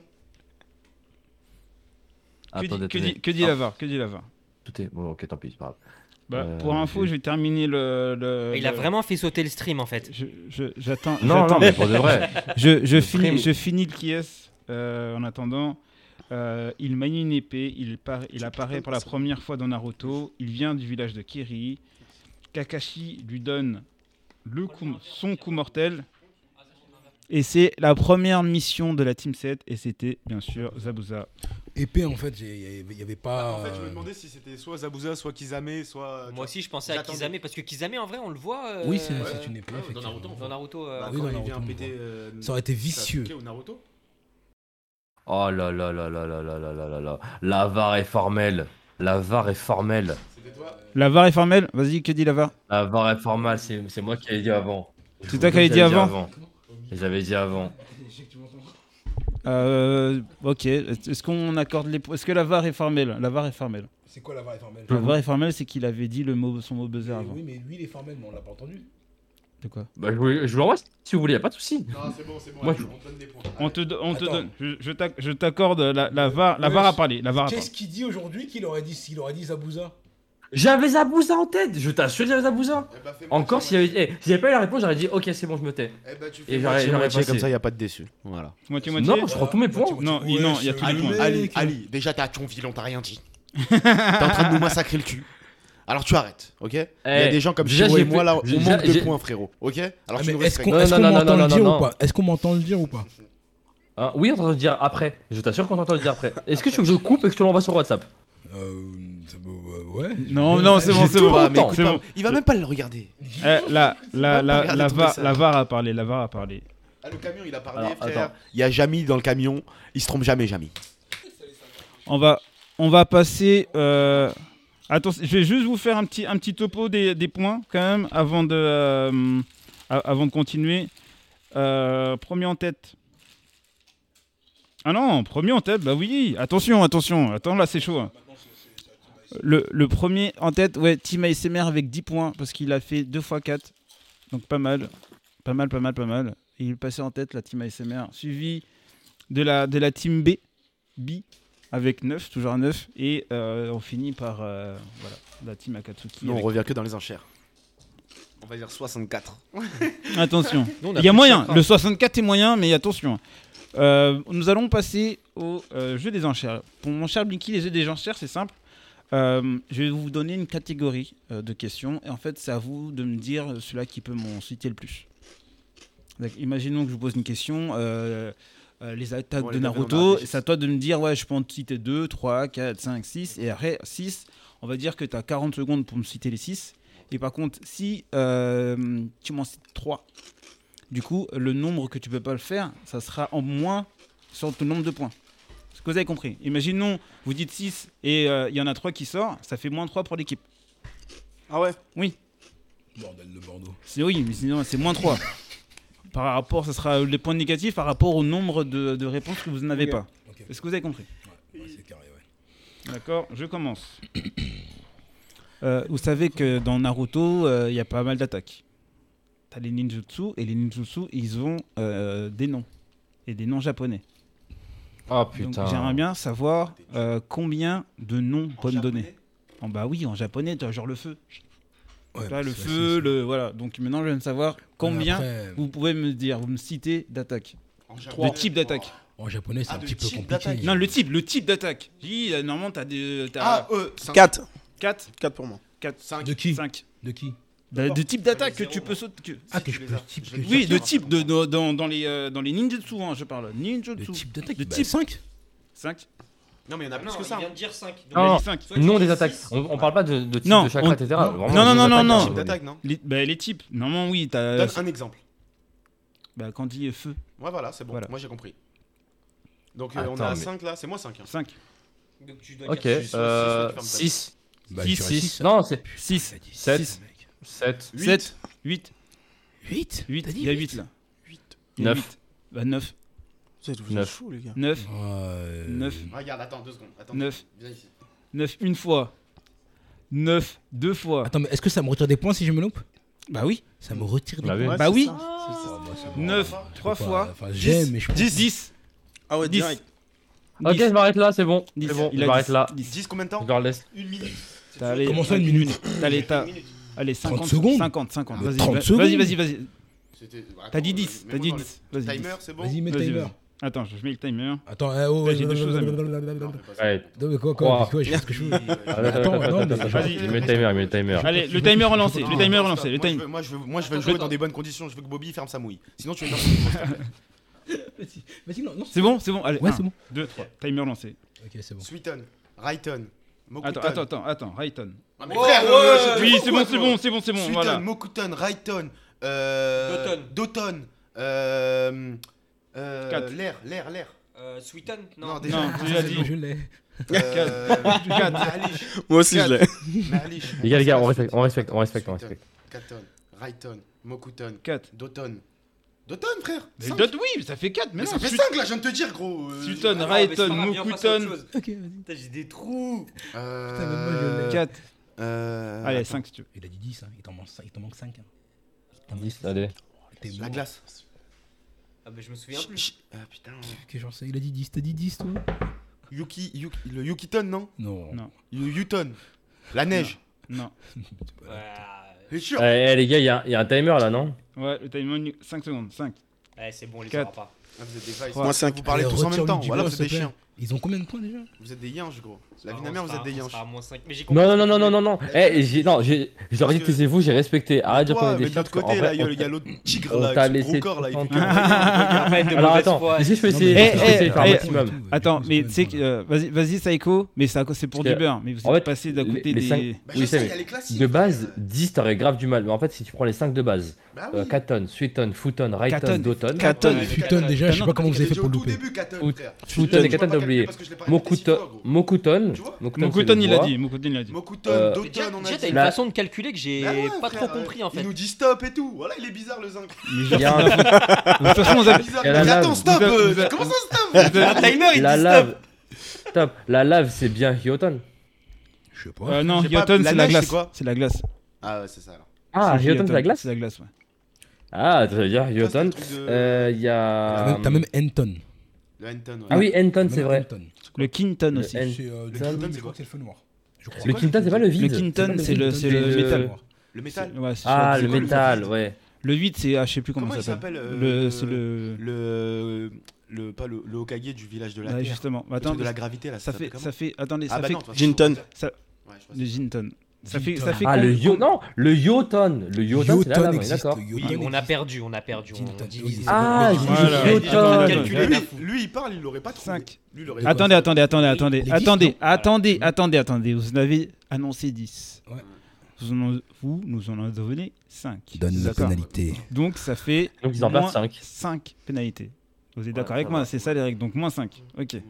[SPEAKER 1] Que
[SPEAKER 2] Attendez,
[SPEAKER 1] dit, que
[SPEAKER 2] attendez. Ah.
[SPEAKER 1] dit- que dit la VAR Que dit la VAR
[SPEAKER 2] Tout est bon, ok, tant pis, c'est pas grave.
[SPEAKER 1] Bah,
[SPEAKER 2] Euh,
[SPEAKER 1] Pour info,
[SPEAKER 2] ok.
[SPEAKER 1] je vais terminer le. le-
[SPEAKER 4] Euh, Il a
[SPEAKER 1] le-
[SPEAKER 4] vraiment fait sauter le stream en fait.
[SPEAKER 1] Je- je- J'attends.
[SPEAKER 2] Non,
[SPEAKER 1] j'attends-
[SPEAKER 2] non, mais pour de vrai.
[SPEAKER 1] Je, je
[SPEAKER 2] Le
[SPEAKER 1] finis,
[SPEAKER 2] prime.
[SPEAKER 1] je finis le qui est euh, en attendant. Euh, il manie une épée, il, par- il apparaît pour la première fois dans Naruto, il vient du village de Kiri. Kakashi lui donne le coup- son coup mortel. Et c'est la première mission de la Team 7, et c'était bien sûr Zabuza.
[SPEAKER 3] Épée, en fait, j'ai- il n'y avait pas.
[SPEAKER 5] En fait, je
[SPEAKER 2] Euh.
[SPEAKER 5] me demandais si c'était soit Zabuza, soit Kizame, soit.
[SPEAKER 4] Moi aussi, je pensais à
[SPEAKER 5] J'attendais.
[SPEAKER 4] Kizame parce que Kizame en vrai, on le voit. euh,
[SPEAKER 3] Oui, c'est
[SPEAKER 4] euh,
[SPEAKER 3] c'est une épée,
[SPEAKER 5] ouais,
[SPEAKER 3] effectivement.
[SPEAKER 5] dans Naruto,
[SPEAKER 4] Dans Naruto. euh,
[SPEAKER 2] Ah
[SPEAKER 5] Bah,
[SPEAKER 3] oui,
[SPEAKER 5] quand
[SPEAKER 3] dans
[SPEAKER 5] il vient
[SPEAKER 3] Naruto,
[SPEAKER 5] péter. euh,
[SPEAKER 3] Ça aurait été vicieux.
[SPEAKER 5] Sasuke ou Naruto
[SPEAKER 2] Oh là là là là là là là là là là. La VAR est formelle. La VAR est formelle.
[SPEAKER 5] C'était toi
[SPEAKER 1] La VAR est formelle Vas-y, que dit la VAR
[SPEAKER 2] La VAR est formelle, c'est c'est moi qui l'ai dit avant.
[SPEAKER 1] C'est toi qui avais dit
[SPEAKER 2] J'avais
[SPEAKER 1] avant
[SPEAKER 2] J'avais dit avant.
[SPEAKER 1] Euh, Ok, est-ce qu'on accorde les points Est-ce que la VAR est formelle La VAR est formelle.
[SPEAKER 3] C'est quoi la vraie formelle
[SPEAKER 1] La VAR est formelle, c'est qu'il avait dit le mot, son mot buzzer avant.
[SPEAKER 3] Eh Oui, mais lui, il est formel, mais on l'a pas entendu.
[SPEAKER 1] De quoi
[SPEAKER 2] Bah, je, vous- je vous l'envoie si vous voulez, y a pas de souci.
[SPEAKER 5] Non, c'est bon, c'est bon.
[SPEAKER 2] Moi,
[SPEAKER 5] allez,
[SPEAKER 2] je-
[SPEAKER 5] On te donne des points.
[SPEAKER 1] On te, do- on te
[SPEAKER 3] Attends.
[SPEAKER 1] donne. Je, je t'ac- je t'accorde la, la var, la var à parler. La var à parler.
[SPEAKER 3] Qu'est-ce qu'il dit aujourd'hui qu'il aurait dit s'il aurait dit Zabuza
[SPEAKER 2] J'avais Zabouza en tête, je t'assure, j'avais Zabouza.
[SPEAKER 5] Eh bah, fais-moi
[SPEAKER 2] Encore
[SPEAKER 5] ça,
[SPEAKER 2] s'il y avait. eh, s'il y avait pas eu la réponse, j'aurais dit ok, c'est bon, je me tais.
[SPEAKER 5] Eh bah, tu
[SPEAKER 2] Et
[SPEAKER 5] fais.
[SPEAKER 2] j'aurais j'aurais
[SPEAKER 6] Moitié
[SPEAKER 2] passé.
[SPEAKER 6] comme ça, y a pas de déçu. Voilà.
[SPEAKER 1] Moitié moitié.
[SPEAKER 2] Non, je prends tous mes points.
[SPEAKER 1] Non, il- non, il y a tous les
[SPEAKER 5] Ali,
[SPEAKER 1] points.
[SPEAKER 5] Ali, Ali, déjà t'es à Thionville, on t'a rien dit. T'es en train de nous massacrer le cul. Alors tu arrêtes, ok Il y a
[SPEAKER 2] Eh,
[SPEAKER 5] des gens comme
[SPEAKER 2] déjà,
[SPEAKER 5] Chiro et
[SPEAKER 2] j'ai
[SPEAKER 5] moi
[SPEAKER 2] fait-
[SPEAKER 5] là, on
[SPEAKER 2] déjà,
[SPEAKER 5] manque de
[SPEAKER 2] j'ai-
[SPEAKER 5] points, frérot, ok Alors tu nous
[SPEAKER 3] Est-ce
[SPEAKER 5] respectes.
[SPEAKER 3] qu'on
[SPEAKER 2] Non,
[SPEAKER 3] est-ce
[SPEAKER 2] non,
[SPEAKER 3] qu'on
[SPEAKER 2] non,
[SPEAKER 3] m'entend
[SPEAKER 2] non,
[SPEAKER 3] le
[SPEAKER 2] non,
[SPEAKER 3] dire
[SPEAKER 2] non.
[SPEAKER 3] ou pas Est-ce qu'on m'entend le dire ou pas
[SPEAKER 2] Hein, oui, on t'entend le dire après. Je t'assure qu'on t'entend le dire après. Est-ce que tu veux que je le coupe et que je te l'envoie sur WhatsApp
[SPEAKER 3] Euh. c'est- euh, Ouais.
[SPEAKER 1] Non, non, c'est bon,
[SPEAKER 2] J'ai
[SPEAKER 1] c'est
[SPEAKER 2] tout
[SPEAKER 1] bon.
[SPEAKER 2] mon temps.
[SPEAKER 1] C'est bon.
[SPEAKER 5] Il va même pas le regarder.
[SPEAKER 1] Eh, la, la, la,
[SPEAKER 5] Regarde
[SPEAKER 1] la,
[SPEAKER 5] tout
[SPEAKER 1] var,
[SPEAKER 5] ça.
[SPEAKER 1] la var a parlé. La var a parlé.
[SPEAKER 5] Ah, le camion, il a parlé,
[SPEAKER 2] Alors,
[SPEAKER 5] frère.
[SPEAKER 2] attends.
[SPEAKER 5] Il y a Jamy dans le camion, il se trompe jamais, Jamy.
[SPEAKER 1] On va, on va passer. Euh... Attends, je vais juste vous faire un petit, un petit topo des, des points quand même avant de, euh, a- avant de continuer. Euh, premier en tête. Ah non, premier en tête, bah oui. Attention, attention. Attends, là c'est chaud. hein. Le, le premier en tête, ouais, Team ASMR avec 10 points parce qu'il a fait 2 x 4. Donc pas mal. Pas mal, pas mal, pas mal. Et il passait en tête la Team ASMR. Suivi de la, de la Team B. B avec 9, toujours à 9. Et euh, on finit par euh, voilà, la Team Akatsuki.
[SPEAKER 5] Nous, on
[SPEAKER 1] avec-
[SPEAKER 5] revient que dans les enchères. On va dire 64.
[SPEAKER 1] Attention.
[SPEAKER 4] nous, on
[SPEAKER 1] Il y a
[SPEAKER 4] plus
[SPEAKER 1] moyen,
[SPEAKER 4] chacun.
[SPEAKER 1] le 64 est moyen, mais attention. hein. Euh, nous allons passer au euh, jeu des enchères. Pour mon cher Blinky, les jeux des enchères, c'est simple. Euh, je vais vous donner une catégorie euh, de questions, et en fait, c'est à vous de me dire euh, celui-là qui peut m'en citer le plus. Donc, imaginons que je vous pose une question. euh, euh, les attaques
[SPEAKER 5] Bon,
[SPEAKER 1] de
[SPEAKER 5] les attaques, on a
[SPEAKER 1] Naruto,
[SPEAKER 5] réfléchi.
[SPEAKER 1] c'est à toi de me dire, ouais, je peux en citer 2, 3, 4, 5, 6, et après 6, on va dire que tu as 40 secondes pour me citer les 6. Et par contre, si euh, tu m'en cites 3, Du coup, le nombre que tu peux pas le faire, ça sera en moins sur ton nombre de points. Ce que vous avez compris. Imaginons, vous dites 6 et euh, il y en a 3 qui sort, ça fait moins 3 pour l'équipe.
[SPEAKER 6] Ah ouais
[SPEAKER 3] Bordel de Bordeaux.
[SPEAKER 1] C'est oui, mais sinon c'est moins 3. Par rapport, ça sera les points négatifs par rapport au nombre de, de réponses que vous n'avez pas.
[SPEAKER 3] Ok.
[SPEAKER 1] Est-ce que vous avez compris bah,
[SPEAKER 3] Ouais, c'est carré, ouais.
[SPEAKER 1] D'accord, je commence. Euh, vous savez que dans Naruto, euh, il y a pas mal d'attaques. T'as les ninjutsu et les ninjutsu, ils ont euh, des noms et des noms japonais.
[SPEAKER 2] Ah
[SPEAKER 1] Donc
[SPEAKER 2] putain.
[SPEAKER 1] j'aimerais bien savoir euh, combien de noms
[SPEAKER 5] En
[SPEAKER 1] peut me donner.
[SPEAKER 5] japonais
[SPEAKER 1] En bah oui, en japonais, t'as genre le feu.
[SPEAKER 3] Ouais,
[SPEAKER 1] Là, le
[SPEAKER 3] c'est-
[SPEAKER 1] feu,
[SPEAKER 3] c'est-
[SPEAKER 1] le voilà. Donc maintenant, je viens de savoir combien
[SPEAKER 3] Après, euh,
[SPEAKER 1] vous pouvez me dire, vous me citez d'attaques.
[SPEAKER 5] En
[SPEAKER 1] Le
[SPEAKER 5] japonais.
[SPEAKER 1] type d'attaque.
[SPEAKER 3] En japonais, c'est
[SPEAKER 5] Ah,
[SPEAKER 3] un
[SPEAKER 5] de
[SPEAKER 3] petit peu
[SPEAKER 5] type
[SPEAKER 3] compliqué.
[SPEAKER 5] d'attaque.
[SPEAKER 1] Non, le type, le type d'attaque. J'ai dit, euh, normalement, t'as des.
[SPEAKER 5] Ah,
[SPEAKER 1] T'as
[SPEAKER 5] euh,
[SPEAKER 6] 4
[SPEAKER 1] 4,
[SPEAKER 6] 4 pour moi.
[SPEAKER 5] 5.
[SPEAKER 3] De qui
[SPEAKER 1] 5.
[SPEAKER 3] De qui
[SPEAKER 1] Bah, De type d'attaque que
[SPEAKER 4] zéro,
[SPEAKER 1] tu peux
[SPEAKER 4] moi.
[SPEAKER 1] sauter. que- hein.
[SPEAKER 3] Ah,
[SPEAKER 5] Si
[SPEAKER 3] que
[SPEAKER 5] tu
[SPEAKER 3] je
[SPEAKER 5] les
[SPEAKER 3] peux
[SPEAKER 5] as,
[SPEAKER 3] type
[SPEAKER 5] je
[SPEAKER 3] que
[SPEAKER 5] vais
[SPEAKER 3] je-
[SPEAKER 5] te
[SPEAKER 1] Oui,
[SPEAKER 5] sortir
[SPEAKER 1] de type de, de- dans, dans les, euh, dans les ninjutsu, hein, je parle.
[SPEAKER 3] De
[SPEAKER 1] Ninjutsu.
[SPEAKER 3] type d'attaque
[SPEAKER 1] De
[SPEAKER 3] bah,
[SPEAKER 1] type.
[SPEAKER 3] 5
[SPEAKER 1] 5.
[SPEAKER 5] Non, mais il y en a plus
[SPEAKER 4] non,
[SPEAKER 5] que ça. hein.
[SPEAKER 4] Il vient de dire 5.
[SPEAKER 2] Non, non.
[SPEAKER 4] Soit tu
[SPEAKER 2] Non,
[SPEAKER 4] dis
[SPEAKER 2] des attaques.
[SPEAKER 4] six.
[SPEAKER 2] On, on parle pas de, de type
[SPEAKER 1] Non,
[SPEAKER 2] de chakra,
[SPEAKER 1] on-
[SPEAKER 2] etc.
[SPEAKER 1] non,
[SPEAKER 2] Vraiment,
[SPEAKER 1] non,
[SPEAKER 2] des
[SPEAKER 1] non,
[SPEAKER 2] attaques,
[SPEAKER 1] non,
[SPEAKER 2] hein,
[SPEAKER 5] Type
[SPEAKER 2] vraiment.
[SPEAKER 5] d'attaque, non Euh,
[SPEAKER 1] Les, bah, les types, normalement, oui. T'as,
[SPEAKER 5] Donne un exemple.
[SPEAKER 1] bah, quand il dit feu,
[SPEAKER 5] Ouais, voilà, c'est bon.
[SPEAKER 1] Voilà.
[SPEAKER 5] Moi, j'ai compris. Donc, euh, on est
[SPEAKER 2] Attends,
[SPEAKER 5] à
[SPEAKER 2] mais-
[SPEAKER 5] 5 là. C'est moi 5. Hein.
[SPEAKER 1] 5.
[SPEAKER 4] Donc tu dois
[SPEAKER 2] Ok,
[SPEAKER 5] Je suis sûr,
[SPEAKER 2] euh,
[SPEAKER 5] c'est sûr, tu fermes ta
[SPEAKER 2] 6,
[SPEAKER 3] Bah,
[SPEAKER 1] 6,
[SPEAKER 3] je dirais
[SPEAKER 2] 6,
[SPEAKER 3] six.
[SPEAKER 2] non, c'est
[SPEAKER 1] 6.
[SPEAKER 2] Sept.
[SPEAKER 1] Six.
[SPEAKER 2] 7,
[SPEAKER 5] 8.
[SPEAKER 1] 7. 8.
[SPEAKER 3] 8
[SPEAKER 1] 8. Il y a 8 là. 8.
[SPEAKER 2] Neuf.
[SPEAKER 1] 9. Bah, 9.
[SPEAKER 6] Vous êtes vous êtes
[SPEAKER 2] Neuf.
[SPEAKER 6] fous, les gars.
[SPEAKER 1] 9.
[SPEAKER 3] Euh,
[SPEAKER 1] 9.
[SPEAKER 5] Ah, Regarde, attends deux secondes. Attends,
[SPEAKER 1] 9.
[SPEAKER 5] viens ici.
[SPEAKER 1] 9 une fois. 9 deux fois.
[SPEAKER 3] Attends, mais est-ce que ça me retire des points si je me loupe
[SPEAKER 1] Bah oui.
[SPEAKER 3] Ça me retire des
[SPEAKER 2] Bah oui.
[SPEAKER 3] points.
[SPEAKER 1] bah oui.
[SPEAKER 3] Oh, moi, c'est bon.
[SPEAKER 1] 9
[SPEAKER 3] Je peux
[SPEAKER 1] 3
[SPEAKER 3] pas-
[SPEAKER 1] fois.
[SPEAKER 3] Enfin, j'aime, mais je
[SPEAKER 1] 10. 10.
[SPEAKER 6] Ah ouais,
[SPEAKER 1] 10.
[SPEAKER 6] direct.
[SPEAKER 2] Ok, je m'arrête là, c'est bon.
[SPEAKER 1] Dix.
[SPEAKER 2] C'est bon,
[SPEAKER 1] Il
[SPEAKER 2] je
[SPEAKER 1] a
[SPEAKER 2] m'arrête
[SPEAKER 1] dix.
[SPEAKER 2] là.
[SPEAKER 5] 10 combien de
[SPEAKER 2] Je
[SPEAKER 5] temps
[SPEAKER 2] leur laisse.
[SPEAKER 5] Une minute.
[SPEAKER 1] T'as les-
[SPEAKER 3] Comment ça, une minute
[SPEAKER 1] T'as les- t'as-
[SPEAKER 5] Une minute.
[SPEAKER 1] Allez, 50
[SPEAKER 3] secondes
[SPEAKER 1] 50, 50.
[SPEAKER 3] Mais
[SPEAKER 1] Vas-y,
[SPEAKER 3] 30
[SPEAKER 1] va-
[SPEAKER 3] secondes.
[SPEAKER 1] vas-y, vas-y, vas-y.
[SPEAKER 5] C'était-
[SPEAKER 1] T'as
[SPEAKER 5] attends,
[SPEAKER 1] dit
[SPEAKER 5] euh,
[SPEAKER 1] 10. T'as
[SPEAKER 5] mets-moi
[SPEAKER 1] dit
[SPEAKER 5] dans
[SPEAKER 1] 10. Vas-y,
[SPEAKER 5] le Timer,
[SPEAKER 1] 10.
[SPEAKER 5] c'est bon
[SPEAKER 3] Vas-y, mets le
[SPEAKER 1] Vas-y,
[SPEAKER 3] timer.
[SPEAKER 1] vas-y. Attends, je mets le timer.
[SPEAKER 3] Attends, eh, oh,
[SPEAKER 1] Là, j'ai deux choses à mettre.
[SPEAKER 5] Non,
[SPEAKER 3] blablabla.
[SPEAKER 5] fais pas ça.
[SPEAKER 2] Ouais.
[SPEAKER 3] Non, mais quoi, quoi
[SPEAKER 2] Ouah.
[SPEAKER 3] mais quoi, je fais ce que je veux. Attends, non,
[SPEAKER 2] attends,
[SPEAKER 3] Ah, mais-
[SPEAKER 2] attends, attends.
[SPEAKER 1] Vas-y.
[SPEAKER 2] Il met le timer, il met le timer.
[SPEAKER 1] Allez, le timer relancé.
[SPEAKER 5] Non,
[SPEAKER 1] Le timer
[SPEAKER 5] non,
[SPEAKER 1] relancé.
[SPEAKER 5] stop.
[SPEAKER 1] Le
[SPEAKER 5] Moi, je
[SPEAKER 1] timer.
[SPEAKER 5] veux- Moi, je veux, moi, je veux le
[SPEAKER 4] Attends,
[SPEAKER 5] jouer
[SPEAKER 4] je-
[SPEAKER 5] dans des bonnes conditions. Je veux que Bobby ferme sa mouille. Sinon, tu vas
[SPEAKER 3] Vas-y, non, non.
[SPEAKER 1] C'est bon, c'est bon. Allez,
[SPEAKER 3] Ouais, c'est bon. Ah.
[SPEAKER 1] 2, 3. Timer lancé.
[SPEAKER 3] Ok, c'est bon.
[SPEAKER 5] Sweeton, Rayton, Mokuton.
[SPEAKER 1] Attends, attends, attends, attends. Rayton.
[SPEAKER 5] Ah, mais frère, euh, je-
[SPEAKER 1] Oui, c'est bon,
[SPEAKER 5] Pourquoi,
[SPEAKER 1] c'est
[SPEAKER 5] toi
[SPEAKER 1] bon, c'est bon, c'est bon.
[SPEAKER 5] Sweeton,
[SPEAKER 1] Voilà.
[SPEAKER 5] Mokuton, Rayton, euh,
[SPEAKER 4] Doton.
[SPEAKER 5] Doton, euh, euh,
[SPEAKER 1] Quatre.
[SPEAKER 5] l'air, l'air, l'air.
[SPEAKER 4] Euh, Sweeton Non,
[SPEAKER 5] Non, déjà.
[SPEAKER 1] Non, tu l'as
[SPEAKER 3] C'est
[SPEAKER 1] dit.
[SPEAKER 3] bon, je l'ai.
[SPEAKER 5] Euh, Maalish,
[SPEAKER 6] Moi aussi,
[SPEAKER 5] Quatre.
[SPEAKER 6] je l'ai.
[SPEAKER 5] Maalish.
[SPEAKER 2] Les gars, les gars, on respecte, on respecte, on respecte, on
[SPEAKER 5] Sweeton,
[SPEAKER 2] respecte.
[SPEAKER 5] Caton, Rayton, Mokuton,
[SPEAKER 1] 4.
[SPEAKER 5] Doton. Doton, frère
[SPEAKER 1] Mais
[SPEAKER 5] Cinq.
[SPEAKER 1] le dot, oui, ça fait 4. Mais
[SPEAKER 5] Mais
[SPEAKER 1] non,
[SPEAKER 5] ça fait
[SPEAKER 1] Sweet-
[SPEAKER 5] 5 là, je viens de te dire, gros. euh,
[SPEAKER 1] Sweeton,
[SPEAKER 4] Ah non, mais c'est
[SPEAKER 1] Rayton,
[SPEAKER 4] pas grave, viens, on passe à autre
[SPEAKER 1] Mokuton.
[SPEAKER 4] chose.
[SPEAKER 3] Ok, vas-y.
[SPEAKER 4] Putain, j'ai des trous.
[SPEAKER 5] Euh,
[SPEAKER 3] Putain, même moi, je l'ai.
[SPEAKER 1] 4.
[SPEAKER 5] Euh,
[SPEAKER 1] Allez,
[SPEAKER 5] attends.
[SPEAKER 1] 5 si tu veux.
[SPEAKER 3] Il a dit 10, hein. il t'en manque 5. Il t'en manque 5 hein.
[SPEAKER 2] Dix, allez.
[SPEAKER 3] T'es
[SPEAKER 5] La
[SPEAKER 3] mort.
[SPEAKER 5] glace.
[SPEAKER 4] Ah bah je me souviens plus.
[SPEAKER 5] Chut, chut. Ah putain.
[SPEAKER 3] Que j'en sais, il a dit 10. T'as dit 10, toi
[SPEAKER 5] Yuki, Yuki- le Yukiton, non
[SPEAKER 3] Non.
[SPEAKER 1] Non.
[SPEAKER 5] Le Yuton. La neige.
[SPEAKER 1] Non.
[SPEAKER 4] Ouais,
[SPEAKER 5] C'est sûr.
[SPEAKER 2] Eh, eh, les gars, il y, a- il y a un timer là, non
[SPEAKER 1] Ouais, le timer 5 secondes. 5.
[SPEAKER 4] ouais, c'est bon, on les
[SPEAKER 1] Quatre.
[SPEAKER 4] aura pas.
[SPEAKER 5] Ah, vous êtes des vices.
[SPEAKER 1] Trois.
[SPEAKER 6] Moi 5.
[SPEAKER 5] Vous parlez
[SPEAKER 3] Allez,
[SPEAKER 5] tous en même
[SPEAKER 3] retire-lui
[SPEAKER 5] temps.
[SPEAKER 3] du
[SPEAKER 5] Voilà,
[SPEAKER 3] bois,
[SPEAKER 5] vous êtes des
[SPEAKER 3] s'il te
[SPEAKER 5] chiens.
[SPEAKER 3] Ils ont combien de points déjà
[SPEAKER 5] Vous êtes des yinches, gros. La
[SPEAKER 4] Apparemment,
[SPEAKER 5] Vinamère, vous
[SPEAKER 4] ça
[SPEAKER 5] êtes des
[SPEAKER 4] sera- ça
[SPEAKER 5] yinches.
[SPEAKER 4] sera à moins 5. Mais j'ai compris.
[SPEAKER 2] Non, non, non, non, non, non, non. Eh, j'ai- non, j'ai, je leur ai dit
[SPEAKER 5] Parce que-
[SPEAKER 2] taisez-vous, j'ai respecté. Arrête de
[SPEAKER 5] Toi,
[SPEAKER 2] prendre
[SPEAKER 5] mais
[SPEAKER 2] des
[SPEAKER 5] de
[SPEAKER 2] chiffres.
[SPEAKER 5] l'autre côté, là, il y a- il y a l'autre tigre,
[SPEAKER 2] on
[SPEAKER 5] là,
[SPEAKER 2] t'a
[SPEAKER 5] avec son gros
[SPEAKER 2] laissé
[SPEAKER 5] corps, là. il fait
[SPEAKER 2] tout
[SPEAKER 5] que-
[SPEAKER 4] Arrête de
[SPEAKER 2] Alors
[SPEAKER 4] mauvaise
[SPEAKER 2] attends,
[SPEAKER 4] foi.
[SPEAKER 2] est-ce que je peux
[SPEAKER 3] Non,
[SPEAKER 2] essayer,
[SPEAKER 3] mais-
[SPEAKER 2] est-ce que je peux
[SPEAKER 1] Eh,
[SPEAKER 2] essayer de faire
[SPEAKER 1] eh,
[SPEAKER 2] un
[SPEAKER 1] eh,
[SPEAKER 2] maximum
[SPEAKER 1] Attends, mais tu sais que. euh, Vas-y, vas-y, Psycho, mais c'est à cause- c'est pour
[SPEAKER 2] Parce
[SPEAKER 1] du
[SPEAKER 2] que-
[SPEAKER 1] beurre. Mais vous
[SPEAKER 2] en
[SPEAKER 1] êtes
[SPEAKER 2] fait,
[SPEAKER 1] passé d'à
[SPEAKER 2] les-
[SPEAKER 1] côté
[SPEAKER 2] les cinq-
[SPEAKER 1] des.
[SPEAKER 5] Bah,
[SPEAKER 2] Oui,
[SPEAKER 5] je
[SPEAKER 2] c'est
[SPEAKER 5] sais, il y
[SPEAKER 2] vrai.
[SPEAKER 5] a les classiques.
[SPEAKER 2] De base,
[SPEAKER 5] frère.
[SPEAKER 2] 10, t'aurais grave du mal. Mais en fait, si tu prends les 5 de base,
[SPEAKER 5] Bah oui.
[SPEAKER 2] euh, Katon, Sweeton, Footon,
[SPEAKER 1] Katon.
[SPEAKER 2] Rayton, Doton,
[SPEAKER 1] Katon. Caton.
[SPEAKER 5] Ouais,
[SPEAKER 3] Putain, déjà, je sais
[SPEAKER 1] Caton,
[SPEAKER 3] pas comment vous
[SPEAKER 5] J'ai
[SPEAKER 3] avez fait
[SPEAKER 5] dit
[SPEAKER 3] pour
[SPEAKER 5] au tout
[SPEAKER 3] louper.
[SPEAKER 5] début, Caton,
[SPEAKER 2] Foot-
[SPEAKER 5] frère.
[SPEAKER 2] Footon et
[SPEAKER 5] Je vois
[SPEAKER 2] Katon,
[SPEAKER 5] pas
[SPEAKER 2] t'as
[SPEAKER 5] calculer
[SPEAKER 2] oublié.
[SPEAKER 5] parce que je l'ai pas répété six fois,
[SPEAKER 2] Mokuton,
[SPEAKER 5] gros.
[SPEAKER 2] Mokuton,
[SPEAKER 5] Tu vois
[SPEAKER 2] Mokuton, c'est
[SPEAKER 1] Mokuton,
[SPEAKER 2] le
[SPEAKER 1] il l'a
[SPEAKER 2] roi.
[SPEAKER 1] dit. Mokuton, il l'a dit.
[SPEAKER 5] Mokuton,
[SPEAKER 2] Euh,
[SPEAKER 4] Mais déjà,
[SPEAKER 5] Doton, on
[SPEAKER 4] déjà,
[SPEAKER 5] a
[SPEAKER 4] t'as
[SPEAKER 5] dit.
[SPEAKER 4] une
[SPEAKER 2] La-
[SPEAKER 4] façon de calculer que j'ai
[SPEAKER 5] Bah ouais,
[SPEAKER 4] pas
[SPEAKER 5] frère,
[SPEAKER 4] trop compris en
[SPEAKER 5] Il
[SPEAKER 4] fait.
[SPEAKER 5] nous dit stop et tout. Voilà, il est bizarre, le zinc.
[SPEAKER 1] Mais
[SPEAKER 2] Il
[SPEAKER 1] genre,
[SPEAKER 2] y a un-
[SPEAKER 1] De toute façon, on a-
[SPEAKER 5] Bizarre.
[SPEAKER 2] y a la
[SPEAKER 5] Mais
[SPEAKER 2] lave.
[SPEAKER 5] attends, stop.
[SPEAKER 1] Vous avez-
[SPEAKER 5] euh,
[SPEAKER 1] Ah, vous avez-
[SPEAKER 5] Comment ça, stop
[SPEAKER 4] Un timer, il
[SPEAKER 2] La
[SPEAKER 4] dit
[SPEAKER 2] lave. Stop. La lave, c'est bien Hyoton.
[SPEAKER 3] Je sais pas.
[SPEAKER 1] Euh, non,
[SPEAKER 5] Je sais pas,
[SPEAKER 1] Yoton, c'est
[SPEAKER 5] la
[SPEAKER 1] la
[SPEAKER 5] neige, c'est
[SPEAKER 1] glace.
[SPEAKER 5] quoi
[SPEAKER 1] C'est la glace.
[SPEAKER 5] Ah ouais, c'est ça, alors.
[SPEAKER 2] Ah, Hyoton,
[SPEAKER 1] Yoton,
[SPEAKER 2] c'est la glace
[SPEAKER 1] C'est la glace, ouais.
[SPEAKER 2] Ah, ça veut dire
[SPEAKER 5] Ça, c'est
[SPEAKER 2] Hyoton.
[SPEAKER 5] le truc de-
[SPEAKER 2] Euh, Il y
[SPEAKER 3] T'as
[SPEAKER 2] a.
[SPEAKER 3] même- T'as même Anton.
[SPEAKER 5] Le Henton, ouais.
[SPEAKER 2] Ah oui, Enton, c'est
[SPEAKER 3] Même
[SPEAKER 2] vrai.
[SPEAKER 3] Anton.
[SPEAKER 1] Le Kinton
[SPEAKER 2] Le
[SPEAKER 1] aussi.
[SPEAKER 2] N-
[SPEAKER 3] C'est, euh,
[SPEAKER 5] Le
[SPEAKER 3] Anton,
[SPEAKER 5] Kinton,
[SPEAKER 3] c'est
[SPEAKER 5] c'est
[SPEAKER 3] quoi
[SPEAKER 5] quoi
[SPEAKER 3] que c'est le feu noir Je crois.
[SPEAKER 2] Le Kinton, c'est pas le
[SPEAKER 1] Le
[SPEAKER 2] vide.
[SPEAKER 1] Kinton,
[SPEAKER 3] pas le
[SPEAKER 1] c'est le,
[SPEAKER 3] Kinton,
[SPEAKER 1] c'est le
[SPEAKER 2] c'est le-
[SPEAKER 1] métal.
[SPEAKER 5] Le métal.
[SPEAKER 1] Ouais, c'est
[SPEAKER 2] Ah,
[SPEAKER 1] ça,
[SPEAKER 2] le
[SPEAKER 1] c'est quoi
[SPEAKER 2] métal, ouais.
[SPEAKER 1] Le 8, c'est. Ah, je sais plus comment
[SPEAKER 5] Comment
[SPEAKER 1] ça
[SPEAKER 5] il
[SPEAKER 1] s'appelle.
[SPEAKER 5] s'appelle euh,
[SPEAKER 1] Le. C'est le.
[SPEAKER 5] le le pas le, le Hokage du village de la
[SPEAKER 1] Ouais,
[SPEAKER 5] Terre.
[SPEAKER 1] justement.
[SPEAKER 5] Le truc
[SPEAKER 1] Attends,
[SPEAKER 5] de la gravité là,
[SPEAKER 1] ça
[SPEAKER 5] s'appelle
[SPEAKER 1] fait.
[SPEAKER 5] comment
[SPEAKER 1] Ça fait. Attendez,
[SPEAKER 5] Ah
[SPEAKER 1] ça
[SPEAKER 5] bah
[SPEAKER 1] fait.
[SPEAKER 5] non, toi,
[SPEAKER 6] Ginton.
[SPEAKER 5] c'est-
[SPEAKER 1] ça-
[SPEAKER 5] Ouais, je vois
[SPEAKER 1] Le Ginton. Ça fait.
[SPEAKER 3] Ginton.
[SPEAKER 1] Ça fait
[SPEAKER 2] Ah,
[SPEAKER 1] com-
[SPEAKER 2] le Yo.
[SPEAKER 1] com-
[SPEAKER 2] Non, le Yoton. Le Yoton, c'est la
[SPEAKER 3] Yoton
[SPEAKER 2] lave, on est
[SPEAKER 3] existe,
[SPEAKER 2] d'accord.
[SPEAKER 3] le
[SPEAKER 4] Oui,
[SPEAKER 3] Yoton
[SPEAKER 4] Ah, on a
[SPEAKER 3] existe.
[SPEAKER 4] perdu, on a perdu. On
[SPEAKER 3] Tintin,
[SPEAKER 4] divise.
[SPEAKER 3] oui.
[SPEAKER 2] Ah, j'ai
[SPEAKER 1] Voilà.
[SPEAKER 2] dit
[SPEAKER 1] Attends,
[SPEAKER 2] Yoton.
[SPEAKER 5] ça.
[SPEAKER 1] Calculer
[SPEAKER 5] lui, lui, il parle, il l'aurait pas trouvé.
[SPEAKER 1] Cinq.
[SPEAKER 5] Lui, il l'aurait
[SPEAKER 3] Et
[SPEAKER 5] pas
[SPEAKER 1] Attendez, attendez, attendez, attendez,
[SPEAKER 3] Les dix,
[SPEAKER 1] attendez,
[SPEAKER 3] non
[SPEAKER 1] attendez, attendez, attendez, attendez. Vous en avez annoncé 10.
[SPEAKER 3] Ouais.
[SPEAKER 1] Vous, en- vous nous en donnez 5.
[SPEAKER 3] Donne la
[SPEAKER 1] D'accord.
[SPEAKER 3] pénalité.
[SPEAKER 1] Donc ça fait
[SPEAKER 2] Donc ils en perdent
[SPEAKER 1] moins
[SPEAKER 2] 5.
[SPEAKER 1] 5 pénalités. Vous êtes d'accord
[SPEAKER 4] ça
[SPEAKER 1] avec
[SPEAKER 4] va.
[SPEAKER 1] moi C'est ça les règles. Donc moins 5. Ok,
[SPEAKER 2] Ouais, ouais.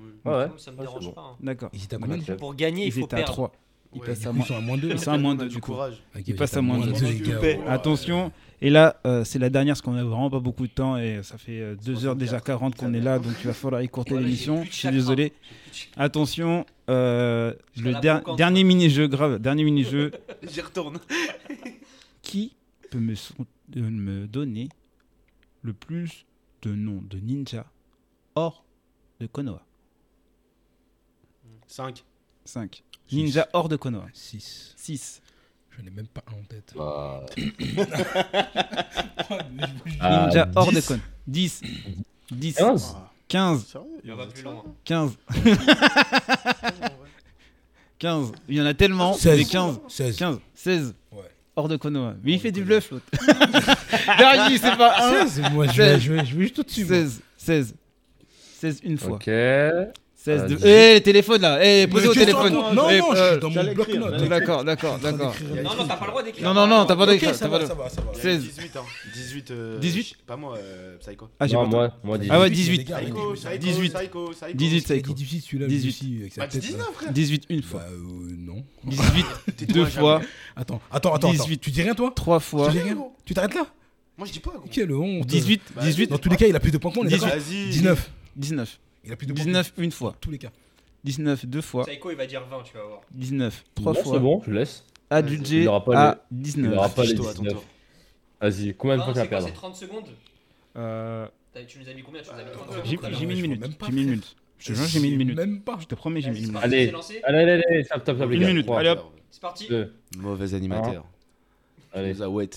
[SPEAKER 4] Ça me
[SPEAKER 2] Ouais,
[SPEAKER 4] dérange
[SPEAKER 2] c'est bon.
[SPEAKER 4] pas. hein.
[SPEAKER 1] d'accord.
[SPEAKER 3] Ils étaient à combien
[SPEAKER 2] Ouais.
[SPEAKER 3] déjà
[SPEAKER 4] Pour gagner, il
[SPEAKER 1] Ils
[SPEAKER 4] faut
[SPEAKER 1] étaient à
[SPEAKER 4] perdre.
[SPEAKER 1] 3. Ils
[SPEAKER 5] Ouais,
[SPEAKER 1] passent à
[SPEAKER 3] Du coup,
[SPEAKER 1] moins
[SPEAKER 3] Ils sont à moins 2.
[SPEAKER 1] ils sont à moins 2 du coup.
[SPEAKER 5] courage.
[SPEAKER 1] Ils passent à moins deux.
[SPEAKER 3] deux, les gars.
[SPEAKER 5] Ouais.
[SPEAKER 1] Attention. Et là, euh, c'est la dernière, parce qu'on a vraiment pas beaucoup de temps et ça fait 2 heures déjà 40 qu'on est là, donc il va falloir écourter
[SPEAKER 4] Ouais, mais j'ai
[SPEAKER 1] l'émission.
[SPEAKER 4] plus
[SPEAKER 1] Je
[SPEAKER 4] de
[SPEAKER 1] suis
[SPEAKER 4] chakra.
[SPEAKER 1] désolé. Attention, euh,
[SPEAKER 4] Jusqu'à
[SPEAKER 1] le
[SPEAKER 4] la
[SPEAKER 1] der-
[SPEAKER 4] brocante,
[SPEAKER 1] dernier
[SPEAKER 4] quoi.
[SPEAKER 1] mini-jeu, grave, dernier mini-jeu.
[SPEAKER 5] J'y retourne.
[SPEAKER 1] Qui peut me, son- de me donner le plus de noms de ninja hors de Konoha
[SPEAKER 5] 5.
[SPEAKER 1] 5.
[SPEAKER 3] Six.
[SPEAKER 1] Ninja hors de Konoha.
[SPEAKER 3] 6.
[SPEAKER 1] 6.
[SPEAKER 3] Je n'ai même pas un en tête.
[SPEAKER 2] Bah, Ah,
[SPEAKER 1] Ninja hors de
[SPEAKER 2] dix.
[SPEAKER 1] Konoha. 10. 10.
[SPEAKER 2] 15
[SPEAKER 1] 15.
[SPEAKER 6] Sérieux
[SPEAKER 4] Il en va plus loin.
[SPEAKER 1] 15. 15. Il y en a tellement. mais
[SPEAKER 3] 16.
[SPEAKER 1] 15.
[SPEAKER 3] 16.
[SPEAKER 1] 15. 16.
[SPEAKER 3] Ouais.
[SPEAKER 1] Hors de Konoha. Mais il
[SPEAKER 3] Hors
[SPEAKER 1] fait
[SPEAKER 3] de
[SPEAKER 1] du
[SPEAKER 3] Konoha.
[SPEAKER 1] bluff l'autre. Darius, c'est pas 1.
[SPEAKER 3] 16. Moi, Ah, je vais,
[SPEAKER 1] Seize.
[SPEAKER 3] je vais, je vais juste au-dessus. moi.
[SPEAKER 1] 16. 16. 16 une fois.
[SPEAKER 2] Ok. Bah,
[SPEAKER 1] 16 de...
[SPEAKER 2] Vas-y.
[SPEAKER 1] Eh, le téléphone là Eh, posez au
[SPEAKER 3] Mais qu'est-ce que
[SPEAKER 1] téléphone
[SPEAKER 3] t'entends Non,
[SPEAKER 1] Eh,
[SPEAKER 3] non, je
[SPEAKER 1] euh,
[SPEAKER 3] suis dans mon
[SPEAKER 6] j'allais écrire,
[SPEAKER 3] bloc-notes.
[SPEAKER 6] j'allais
[SPEAKER 1] D'accord, d'accord, d'accord.
[SPEAKER 4] Non, non, t'as pas le droit d'écrire.
[SPEAKER 1] Non, non, non, t'as pas
[SPEAKER 3] Ok,
[SPEAKER 1] d'écrire.
[SPEAKER 3] ça
[SPEAKER 1] t'as pas
[SPEAKER 3] va,
[SPEAKER 1] de-
[SPEAKER 3] ça va, ça va.
[SPEAKER 5] Il y a
[SPEAKER 1] 16.
[SPEAKER 5] 18, hein. 18. euh,
[SPEAKER 1] 18
[SPEAKER 5] Pas moi, euh, Psycho.
[SPEAKER 1] Ah, j'ai
[SPEAKER 2] non,
[SPEAKER 1] pas
[SPEAKER 2] moi, moi, 18.
[SPEAKER 1] Ah ouais,
[SPEAKER 3] 18,
[SPEAKER 1] 18.
[SPEAKER 3] les gars,
[SPEAKER 5] Psycho, Psycho,
[SPEAKER 1] 18.
[SPEAKER 5] Psycho, Psycho.
[SPEAKER 1] 18,
[SPEAKER 3] C'est
[SPEAKER 1] Psycho.
[SPEAKER 3] difficile celui-là.
[SPEAKER 1] 18.
[SPEAKER 3] 18. Avec sa
[SPEAKER 5] Bah,
[SPEAKER 3] tête, là.
[SPEAKER 5] 19, frère.
[SPEAKER 1] 18 une fois.
[SPEAKER 3] Bah, euh, non.
[SPEAKER 1] 18 deux
[SPEAKER 5] Tais-toi,
[SPEAKER 1] fois.
[SPEAKER 5] jamais.
[SPEAKER 3] Attends, attends, attends.
[SPEAKER 1] 18.
[SPEAKER 3] attends. Tu dis rien, toi
[SPEAKER 1] Trois fois.
[SPEAKER 3] Tu dis rien Tu t'arrêtes là
[SPEAKER 5] Moi, je dis pas, gros.
[SPEAKER 3] Quelle honte.
[SPEAKER 1] 18,
[SPEAKER 5] Bah,
[SPEAKER 1] 18,
[SPEAKER 3] Dans tous les cas, il a plus de points que moi, on est
[SPEAKER 1] 18.
[SPEAKER 3] d'accord
[SPEAKER 5] Vas-y.
[SPEAKER 3] 19.
[SPEAKER 1] 19.
[SPEAKER 3] Il a plus de points. que moi.
[SPEAKER 1] 19 une fois.
[SPEAKER 3] Dans tous les cas.
[SPEAKER 1] 19 deux fois.
[SPEAKER 4] Psycho, il va dire 20, tu vas voir.
[SPEAKER 1] 19 trois
[SPEAKER 2] Non,
[SPEAKER 1] fois.
[SPEAKER 2] C'est bon, je laisse.
[SPEAKER 1] Adjugé
[SPEAKER 2] Il aura pas
[SPEAKER 1] à
[SPEAKER 2] Il n'aura
[SPEAKER 1] 19.
[SPEAKER 2] pas les
[SPEAKER 5] Affiche-toi à ton
[SPEAKER 2] 19.
[SPEAKER 5] tour.
[SPEAKER 2] Vas-y, combien de
[SPEAKER 4] Non,
[SPEAKER 2] fois tu vas
[SPEAKER 4] c'est quoi,
[SPEAKER 2] perdre
[SPEAKER 4] c'est 30 secondes
[SPEAKER 1] Euh,
[SPEAKER 4] T'as- Tu nous as mis combien Tu nous as mis 30
[SPEAKER 3] J'ai-
[SPEAKER 4] secondes.
[SPEAKER 1] J'ai
[SPEAKER 4] tout à
[SPEAKER 1] j'ai
[SPEAKER 4] l'heure.
[SPEAKER 1] mis
[SPEAKER 3] Je
[SPEAKER 1] une minute.
[SPEAKER 3] vois même pas,
[SPEAKER 1] J'ai mis une
[SPEAKER 3] frère.
[SPEAKER 1] minute. Je te jure, j'ai mis une minute.
[SPEAKER 3] Même pas.
[SPEAKER 1] Je te promets, j'ai mis
[SPEAKER 4] Allez,
[SPEAKER 1] une
[SPEAKER 4] c'est
[SPEAKER 1] minute.
[SPEAKER 4] parti,
[SPEAKER 2] Allez.
[SPEAKER 4] c'est lancé.
[SPEAKER 2] Allez, allez, allez, stop, stop, stop, les
[SPEAKER 1] Une
[SPEAKER 2] gars.
[SPEAKER 1] minutes,
[SPEAKER 2] Trois,
[SPEAKER 1] allez hop.
[SPEAKER 4] C'est parti.
[SPEAKER 1] Euh.
[SPEAKER 2] deux,
[SPEAKER 5] Mauvais animateur.
[SPEAKER 2] allez.
[SPEAKER 3] Ah.
[SPEAKER 5] Nous a wet.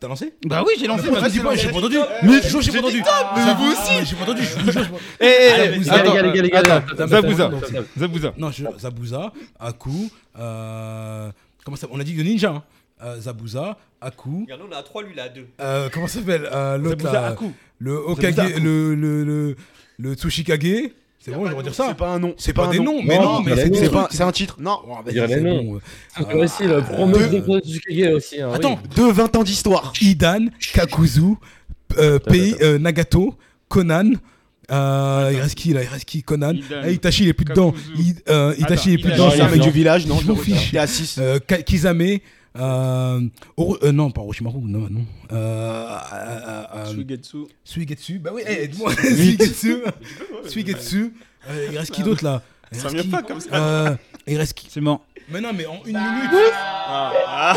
[SPEAKER 3] T'as lancé
[SPEAKER 1] Bah oui, j'ai lancé
[SPEAKER 3] Pourquoi
[SPEAKER 1] ma
[SPEAKER 3] tu dis pas J'ai pas entendu.
[SPEAKER 1] Euh,
[SPEAKER 3] Mais je j'ai pas entendu. Mais vous aussi J'ai pas entendu. je vous jure, j'ai pas-
[SPEAKER 1] Eh, eh,
[SPEAKER 3] Ah,
[SPEAKER 1] eh,
[SPEAKER 3] mais
[SPEAKER 2] Les gars, les
[SPEAKER 1] attends,
[SPEAKER 2] gars, les gars, les gars,
[SPEAKER 1] attends,
[SPEAKER 2] stop, stop,
[SPEAKER 1] Zabouza.
[SPEAKER 2] stop, stop, stop.
[SPEAKER 1] Zabouza.
[SPEAKER 3] Non, je, Zabuza, Aku, euh, comment ça On a dit de ninja. Hein. Euh, Zabuza, Aku,
[SPEAKER 4] Regarde, nous, on est à 3, lui, il est à 2.
[SPEAKER 3] euh, comment ça s'appelle euh, L'autre
[SPEAKER 1] Zabouza
[SPEAKER 3] là,
[SPEAKER 1] Haku.
[SPEAKER 3] le Okage,
[SPEAKER 1] Zabuza Haku.
[SPEAKER 3] le le le, le Tsushikage. C'est
[SPEAKER 4] Y a
[SPEAKER 3] bon,
[SPEAKER 4] pas
[SPEAKER 3] je vais
[SPEAKER 4] de
[SPEAKER 3] dire
[SPEAKER 4] nom,
[SPEAKER 3] ça.
[SPEAKER 5] C'est pas un nom.
[SPEAKER 3] C'est pas des noms, mais
[SPEAKER 2] Non,
[SPEAKER 3] non, mais
[SPEAKER 2] il a
[SPEAKER 3] c'est
[SPEAKER 2] dit
[SPEAKER 3] des
[SPEAKER 5] C'est
[SPEAKER 3] trucs.
[SPEAKER 5] pas- c'est un titre. Non.
[SPEAKER 3] Oh,
[SPEAKER 2] Il y a
[SPEAKER 3] vas-y,
[SPEAKER 2] des
[SPEAKER 3] c'est
[SPEAKER 2] noms.
[SPEAKER 3] bon.
[SPEAKER 2] Ah, mais si, le
[SPEAKER 3] deux-
[SPEAKER 2] premier de Tsukage aussi. hein, oui.
[SPEAKER 3] Attends,
[SPEAKER 5] Deux 20 ans d'histoire.
[SPEAKER 3] Idan, Kakuzu, euh, Pei, euh, Nagato, Conan. Euh, il reste qui là Il reste qui Conan.
[SPEAKER 1] Idan,
[SPEAKER 3] Ah, Itachi il est plus dedans.
[SPEAKER 1] Kakuzu.
[SPEAKER 3] I- euh, Itachi il est plus
[SPEAKER 1] Attends,
[SPEAKER 3] dedans.
[SPEAKER 5] Non,
[SPEAKER 2] il
[SPEAKER 5] c'est
[SPEAKER 2] y a
[SPEAKER 5] un mec
[SPEAKER 2] non.
[SPEAKER 5] du village. Non,
[SPEAKER 3] Je m'en
[SPEAKER 5] le regarde.
[SPEAKER 3] fiche.
[SPEAKER 5] T'es à 6.
[SPEAKER 3] Euh, Ka- Kizame. Euh, Oro- euh, non, pas Orochimaru, non, non. Euh, euh, euh,
[SPEAKER 1] Suigetsu.
[SPEAKER 3] Suigetsu, bah oui, eh, aide-moi. Suigetsu. Suigetsu. Euh, il reste qui d'autre là Il
[SPEAKER 6] Ça
[SPEAKER 3] reste
[SPEAKER 6] vient
[SPEAKER 3] qui
[SPEAKER 6] pas comme ça.
[SPEAKER 3] Euh, Il reste qui
[SPEAKER 1] C'est mort.
[SPEAKER 3] Mais non, mais en une minute.
[SPEAKER 6] Ah.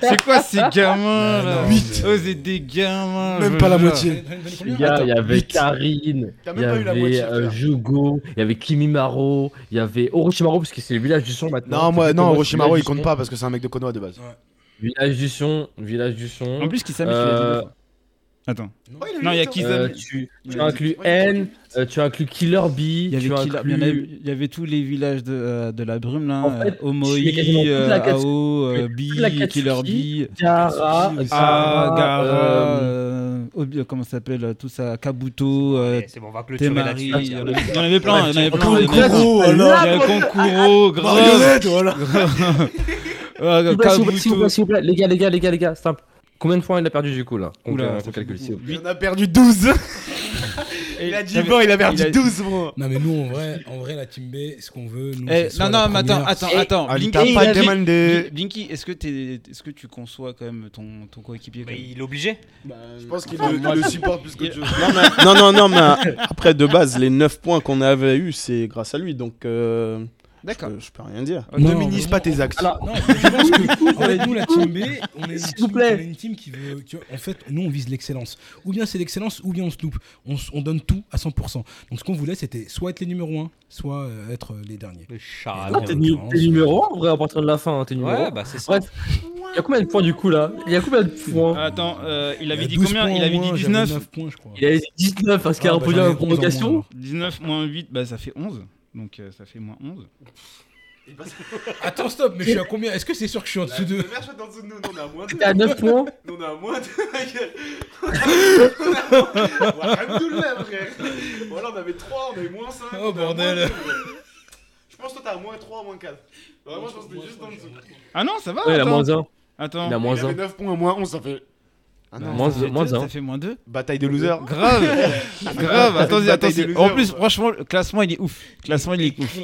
[SPEAKER 1] C'est quoi ces gamins
[SPEAKER 3] Non,
[SPEAKER 1] là
[SPEAKER 3] non,
[SPEAKER 1] 8
[SPEAKER 3] mais-
[SPEAKER 1] Oh, c'est des gamins
[SPEAKER 5] Même
[SPEAKER 1] je
[SPEAKER 5] pas la
[SPEAKER 1] jure.
[SPEAKER 5] moitié.
[SPEAKER 2] Les gars, il y avait
[SPEAKER 5] huit.
[SPEAKER 2] Karine,
[SPEAKER 5] T'as
[SPEAKER 2] il y
[SPEAKER 5] même pas eu la
[SPEAKER 2] avait
[SPEAKER 5] moitié,
[SPEAKER 2] euh,
[SPEAKER 5] frère.
[SPEAKER 2] Jugo, il y avait Kimimaro, il y avait Orochimaru, parce que c'est le village du son maintenant.
[SPEAKER 5] Non, moi,
[SPEAKER 2] C'est
[SPEAKER 5] non,
[SPEAKER 2] le
[SPEAKER 5] Orochimaru,
[SPEAKER 2] village
[SPEAKER 5] il
[SPEAKER 2] du
[SPEAKER 5] compte
[SPEAKER 2] son.
[SPEAKER 5] pas parce que c'est un mec de Konoha de base.
[SPEAKER 2] Village du son, village du son.
[SPEAKER 1] En plus, Kisame, tu l'as dit deux fois. Attends. Non, il y a
[SPEAKER 2] Euh,
[SPEAKER 1] Kisame.
[SPEAKER 2] tu,
[SPEAKER 1] Il
[SPEAKER 2] tu
[SPEAKER 1] a dit-
[SPEAKER 2] inclus N, euh, tu inclus Killer
[SPEAKER 1] Il
[SPEAKER 2] Bee,
[SPEAKER 1] y
[SPEAKER 2] tu
[SPEAKER 1] avait, Kila- il y en a
[SPEAKER 2] inclus.
[SPEAKER 1] eu- il y avait tous les villages de, euh, de la brume là.
[SPEAKER 2] En
[SPEAKER 1] euh,
[SPEAKER 2] fait,
[SPEAKER 1] Omoi,
[SPEAKER 2] j'ai quasiment toute
[SPEAKER 1] euh,
[SPEAKER 2] la Katsuki-
[SPEAKER 1] Ao, euh,
[SPEAKER 2] toute la
[SPEAKER 1] Bee,
[SPEAKER 2] Katsuki.
[SPEAKER 1] Killer Bee,
[SPEAKER 2] Gara,
[SPEAKER 3] Sushi aussi.
[SPEAKER 1] Ah, Gara,
[SPEAKER 2] euh,
[SPEAKER 1] euh, Obi- comment ça s'appelle euh, tout ça, Kabuto, euh,
[SPEAKER 4] Eh, C'est bon, on va clôturer
[SPEAKER 1] Temari.
[SPEAKER 4] là-dessus.
[SPEAKER 1] Il y en avait il y en avait plein, il y en avait
[SPEAKER 2] Encore
[SPEAKER 1] plein.
[SPEAKER 2] une
[SPEAKER 1] Il y en avait-
[SPEAKER 2] classe.
[SPEAKER 1] il y avait Konkuro, grave.
[SPEAKER 5] voilà.
[SPEAKER 3] Ah,
[SPEAKER 1] Euh,
[SPEAKER 2] S'il vous plaît, s'il vous plaît, s'il
[SPEAKER 1] Kabuto.
[SPEAKER 2] vous plaît, s'il vous plaît, les gars, les gars, les gars, les gars, simple. Combien de fois il a perdu du coup là On
[SPEAKER 1] Oula,
[SPEAKER 2] on
[SPEAKER 1] ça fait
[SPEAKER 2] calcule, s'il vous plaît.
[SPEAKER 5] Il en a perdu 12.
[SPEAKER 1] Et
[SPEAKER 5] Il a dit
[SPEAKER 1] t'avais-
[SPEAKER 5] bon, il a
[SPEAKER 1] il a-
[SPEAKER 5] perdu 12, bro.
[SPEAKER 3] Non, mais nous, en vrai, en vrai, la team B, ce qu'on veut. Nous,
[SPEAKER 1] Eh,
[SPEAKER 3] c'est
[SPEAKER 1] non,
[SPEAKER 3] soit la
[SPEAKER 1] non, mais attends,
[SPEAKER 3] première-
[SPEAKER 1] attends, attends.
[SPEAKER 5] Ali,
[SPEAKER 1] Blinky,
[SPEAKER 5] t'as pas
[SPEAKER 1] Blinky,
[SPEAKER 5] demandé.
[SPEAKER 1] Blinky, est-ce que, t'es- est-ce que tu conçois quand même ton, ton coéquipier quand
[SPEAKER 4] Mais
[SPEAKER 5] Bah,
[SPEAKER 1] même
[SPEAKER 4] il est obligé.
[SPEAKER 5] Je pense qu'il le, il le supporte plus que
[SPEAKER 1] il-
[SPEAKER 5] Dieu.
[SPEAKER 6] Non, non, non, mais après, de base, les 9 points qu'on avait eu, c'est grâce à lui. Donc, euh,
[SPEAKER 1] D'accord.
[SPEAKER 6] euh, je peux rien dire.
[SPEAKER 3] Non,
[SPEAKER 5] Ne minimise pas tes actes.
[SPEAKER 2] Alors,
[SPEAKER 3] Non, mais je pense que en fait, nous, la team B, on est, une
[SPEAKER 2] S'il
[SPEAKER 3] team,
[SPEAKER 2] vous plaît.
[SPEAKER 3] on est une team qui veut. tu vois, en fait, nous, on vise l'excellence. Ou bien c'est l'excellence, ou bien on se loupe. On, s- on donne tout à 100%. Donc, ce qu'on voulait, c'était soit être les numéros 1, soit euh, être euh, les derniers.
[SPEAKER 4] Le
[SPEAKER 2] Ah,
[SPEAKER 3] en
[SPEAKER 2] t'es nu-
[SPEAKER 3] l'occurrence,
[SPEAKER 2] t'es numéro 1 en vrai à partir de la fin, hein, t'es numéro
[SPEAKER 4] Ouais,
[SPEAKER 2] 1.
[SPEAKER 4] bah c'est ça.
[SPEAKER 2] Bref, il y a combien de points du coup là Il y a combien de points
[SPEAKER 1] Attends, euh, il
[SPEAKER 3] Il y
[SPEAKER 1] avait
[SPEAKER 3] a
[SPEAKER 1] dit
[SPEAKER 3] 12
[SPEAKER 1] combien
[SPEAKER 3] points
[SPEAKER 1] Il
[SPEAKER 3] en
[SPEAKER 1] avait dit
[SPEAKER 3] moins, j'avais
[SPEAKER 1] 19
[SPEAKER 3] 9 points, je crois.
[SPEAKER 2] Il a dit 19 parce qu'il a
[SPEAKER 3] Ah, bah,
[SPEAKER 2] répondu
[SPEAKER 3] j'en
[SPEAKER 2] à
[SPEAKER 3] ai
[SPEAKER 2] la
[SPEAKER 3] 11 en moins,
[SPEAKER 2] provocation.
[SPEAKER 3] alors.
[SPEAKER 1] 19 moins 8, bah ça fait 11. Donc euh, ça fait moins 11.
[SPEAKER 3] Attends, stop, mais je suis à combien Est-ce que c'est sûr que je suis en dessous de.
[SPEAKER 5] Merde, je suis dans une- nous, on est à moins deux.
[SPEAKER 2] T'es à 9 points
[SPEAKER 5] Nous, on est à moins deux. Alhamdoulilah, frère. Voilà, on avait 3, on avait moins 5.
[SPEAKER 3] Oh, bordel.
[SPEAKER 5] Je Je pense que toi t'as moins 3, moins 4. Vraiment, je pense que t'es juste en dessous.
[SPEAKER 1] Ah non, ça va.
[SPEAKER 2] Ouais, il a
[SPEAKER 1] attends.
[SPEAKER 2] moins 1.
[SPEAKER 1] Attends.
[SPEAKER 2] Il a
[SPEAKER 5] Il
[SPEAKER 2] moins
[SPEAKER 5] avait
[SPEAKER 2] 1.
[SPEAKER 5] 9 points, moins 11, ça fait. Ah non,
[SPEAKER 2] Moins-
[SPEAKER 1] ça fait-
[SPEAKER 2] moins
[SPEAKER 1] ça
[SPEAKER 2] un.
[SPEAKER 1] fait moins 2.
[SPEAKER 5] bataille de losers.
[SPEAKER 1] Grave, grave, attendez,
[SPEAKER 5] Bataille des
[SPEAKER 1] attendez.
[SPEAKER 5] losers,
[SPEAKER 1] En plus,
[SPEAKER 5] quoi.
[SPEAKER 1] franchement, le classement il est ouf. Le classement il est ouf.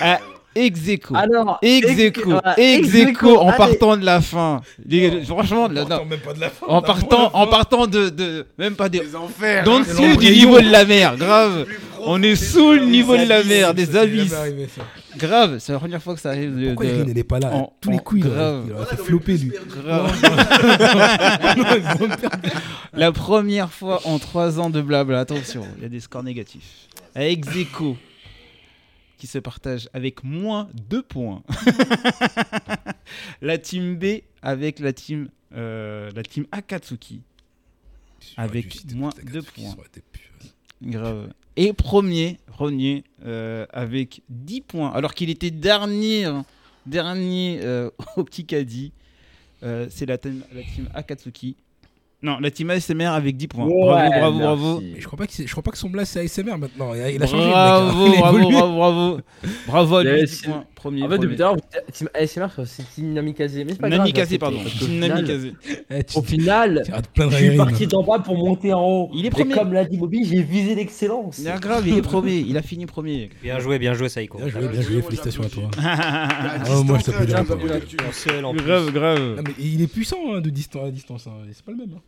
[SPEAKER 1] Ah, ex aequo.
[SPEAKER 2] Alors,
[SPEAKER 1] Ex aequo. Ex aequo en partant de la fin. Les- Franchement, là, non.
[SPEAKER 3] même pas Oh. de la fin.
[SPEAKER 1] en partant, en partant de, de- même pas des.
[SPEAKER 5] Les enfers.
[SPEAKER 1] Dans le
[SPEAKER 3] c'est
[SPEAKER 1] dessous du
[SPEAKER 3] l'embryon.
[SPEAKER 1] niveau de la mer, grave.
[SPEAKER 5] Plus profond
[SPEAKER 1] On est
[SPEAKER 5] des
[SPEAKER 1] sous le
[SPEAKER 5] abysses.
[SPEAKER 1] niveau de la mer,
[SPEAKER 3] Ça,
[SPEAKER 1] des
[SPEAKER 3] c'est
[SPEAKER 1] abysses.
[SPEAKER 3] jamais arrivé, ça.
[SPEAKER 1] Grave, c'est la première fois que ça arrive. De,
[SPEAKER 3] Pourquoi
[SPEAKER 1] de-
[SPEAKER 3] Irine, elle est pas là
[SPEAKER 1] en-
[SPEAKER 3] Tous les
[SPEAKER 1] en
[SPEAKER 3] coups, il aurait
[SPEAKER 1] grave.
[SPEAKER 3] il
[SPEAKER 5] Voilà,
[SPEAKER 3] aurait fait
[SPEAKER 5] t'aurais
[SPEAKER 3] flopper
[SPEAKER 5] pu
[SPEAKER 3] lui.
[SPEAKER 5] perdre.
[SPEAKER 1] Grave.
[SPEAKER 3] Non, ils vont le perdre.
[SPEAKER 1] La première fois en 3 ans de blabla, attention, il y a des scores négatifs. Avec Zeko, qui se partage avec moins 2 points. la team B avec la team, euh, la team Akatsuki. Avec
[SPEAKER 3] J'aurais dû citer
[SPEAKER 1] moins
[SPEAKER 3] peut-être
[SPEAKER 1] deux
[SPEAKER 3] Akatsuki, ça
[SPEAKER 1] points.
[SPEAKER 3] aurait été plus- euh,
[SPEAKER 1] Grave. Et premier, premier euh, avec 10 points, alors qu'il était dernier, hein, dernier euh, au petit caddie. Euh, c'est la, team- la team Akatsuki. Non, la team ASMR avec 10 points. bravo, bravo, bravo.
[SPEAKER 3] Mais je crois pas que c'est- je crois pas que son blast c'est ASMR maintenant. Il a, il a changé.
[SPEAKER 1] Bravo,
[SPEAKER 3] le mec, hein. Il a
[SPEAKER 1] bravo,
[SPEAKER 3] évolué.
[SPEAKER 1] bravo, bravo. Bravo à lui,
[SPEAKER 2] Yes.
[SPEAKER 1] 10 points. Premier.
[SPEAKER 2] En fait, depuis
[SPEAKER 1] premier.
[SPEAKER 2] tout à l'heure, vous dites, Team ASMR, c'est Team Namikaze. Mais c'est pas grave,
[SPEAKER 1] Namikaze,
[SPEAKER 2] j'accepte.
[SPEAKER 1] pardon.
[SPEAKER 2] Parce qu'au
[SPEAKER 1] Team
[SPEAKER 2] final-
[SPEAKER 1] Namikaze.
[SPEAKER 3] Eh, tu-
[SPEAKER 2] Au final,
[SPEAKER 3] tu rates plein de
[SPEAKER 2] je suis
[SPEAKER 3] rires,
[SPEAKER 2] parti d'en bas pour monter en haut.
[SPEAKER 1] Il est
[SPEAKER 2] Et
[SPEAKER 1] premier.
[SPEAKER 2] comme l'a dit Bobby, j'ai visé l'excellence.
[SPEAKER 1] Il est grave, il est premier. Il a fini premier.
[SPEAKER 4] Bien joué, bien joué, Saïko.
[SPEAKER 3] Bien
[SPEAKER 5] ah,
[SPEAKER 3] joué, bien joué, félicitations à toi.
[SPEAKER 5] À
[SPEAKER 1] grave,
[SPEAKER 3] Ah, moi, je
[SPEAKER 5] distance,
[SPEAKER 3] t'applaudis
[SPEAKER 5] t'as
[SPEAKER 3] un
[SPEAKER 5] pas
[SPEAKER 3] peu.
[SPEAKER 5] voulu que tu-
[SPEAKER 4] Tout seul en plus.
[SPEAKER 1] grave.
[SPEAKER 3] Non, mais il est puissant hein, de distance à distance, hein. c'est pas le même. hein.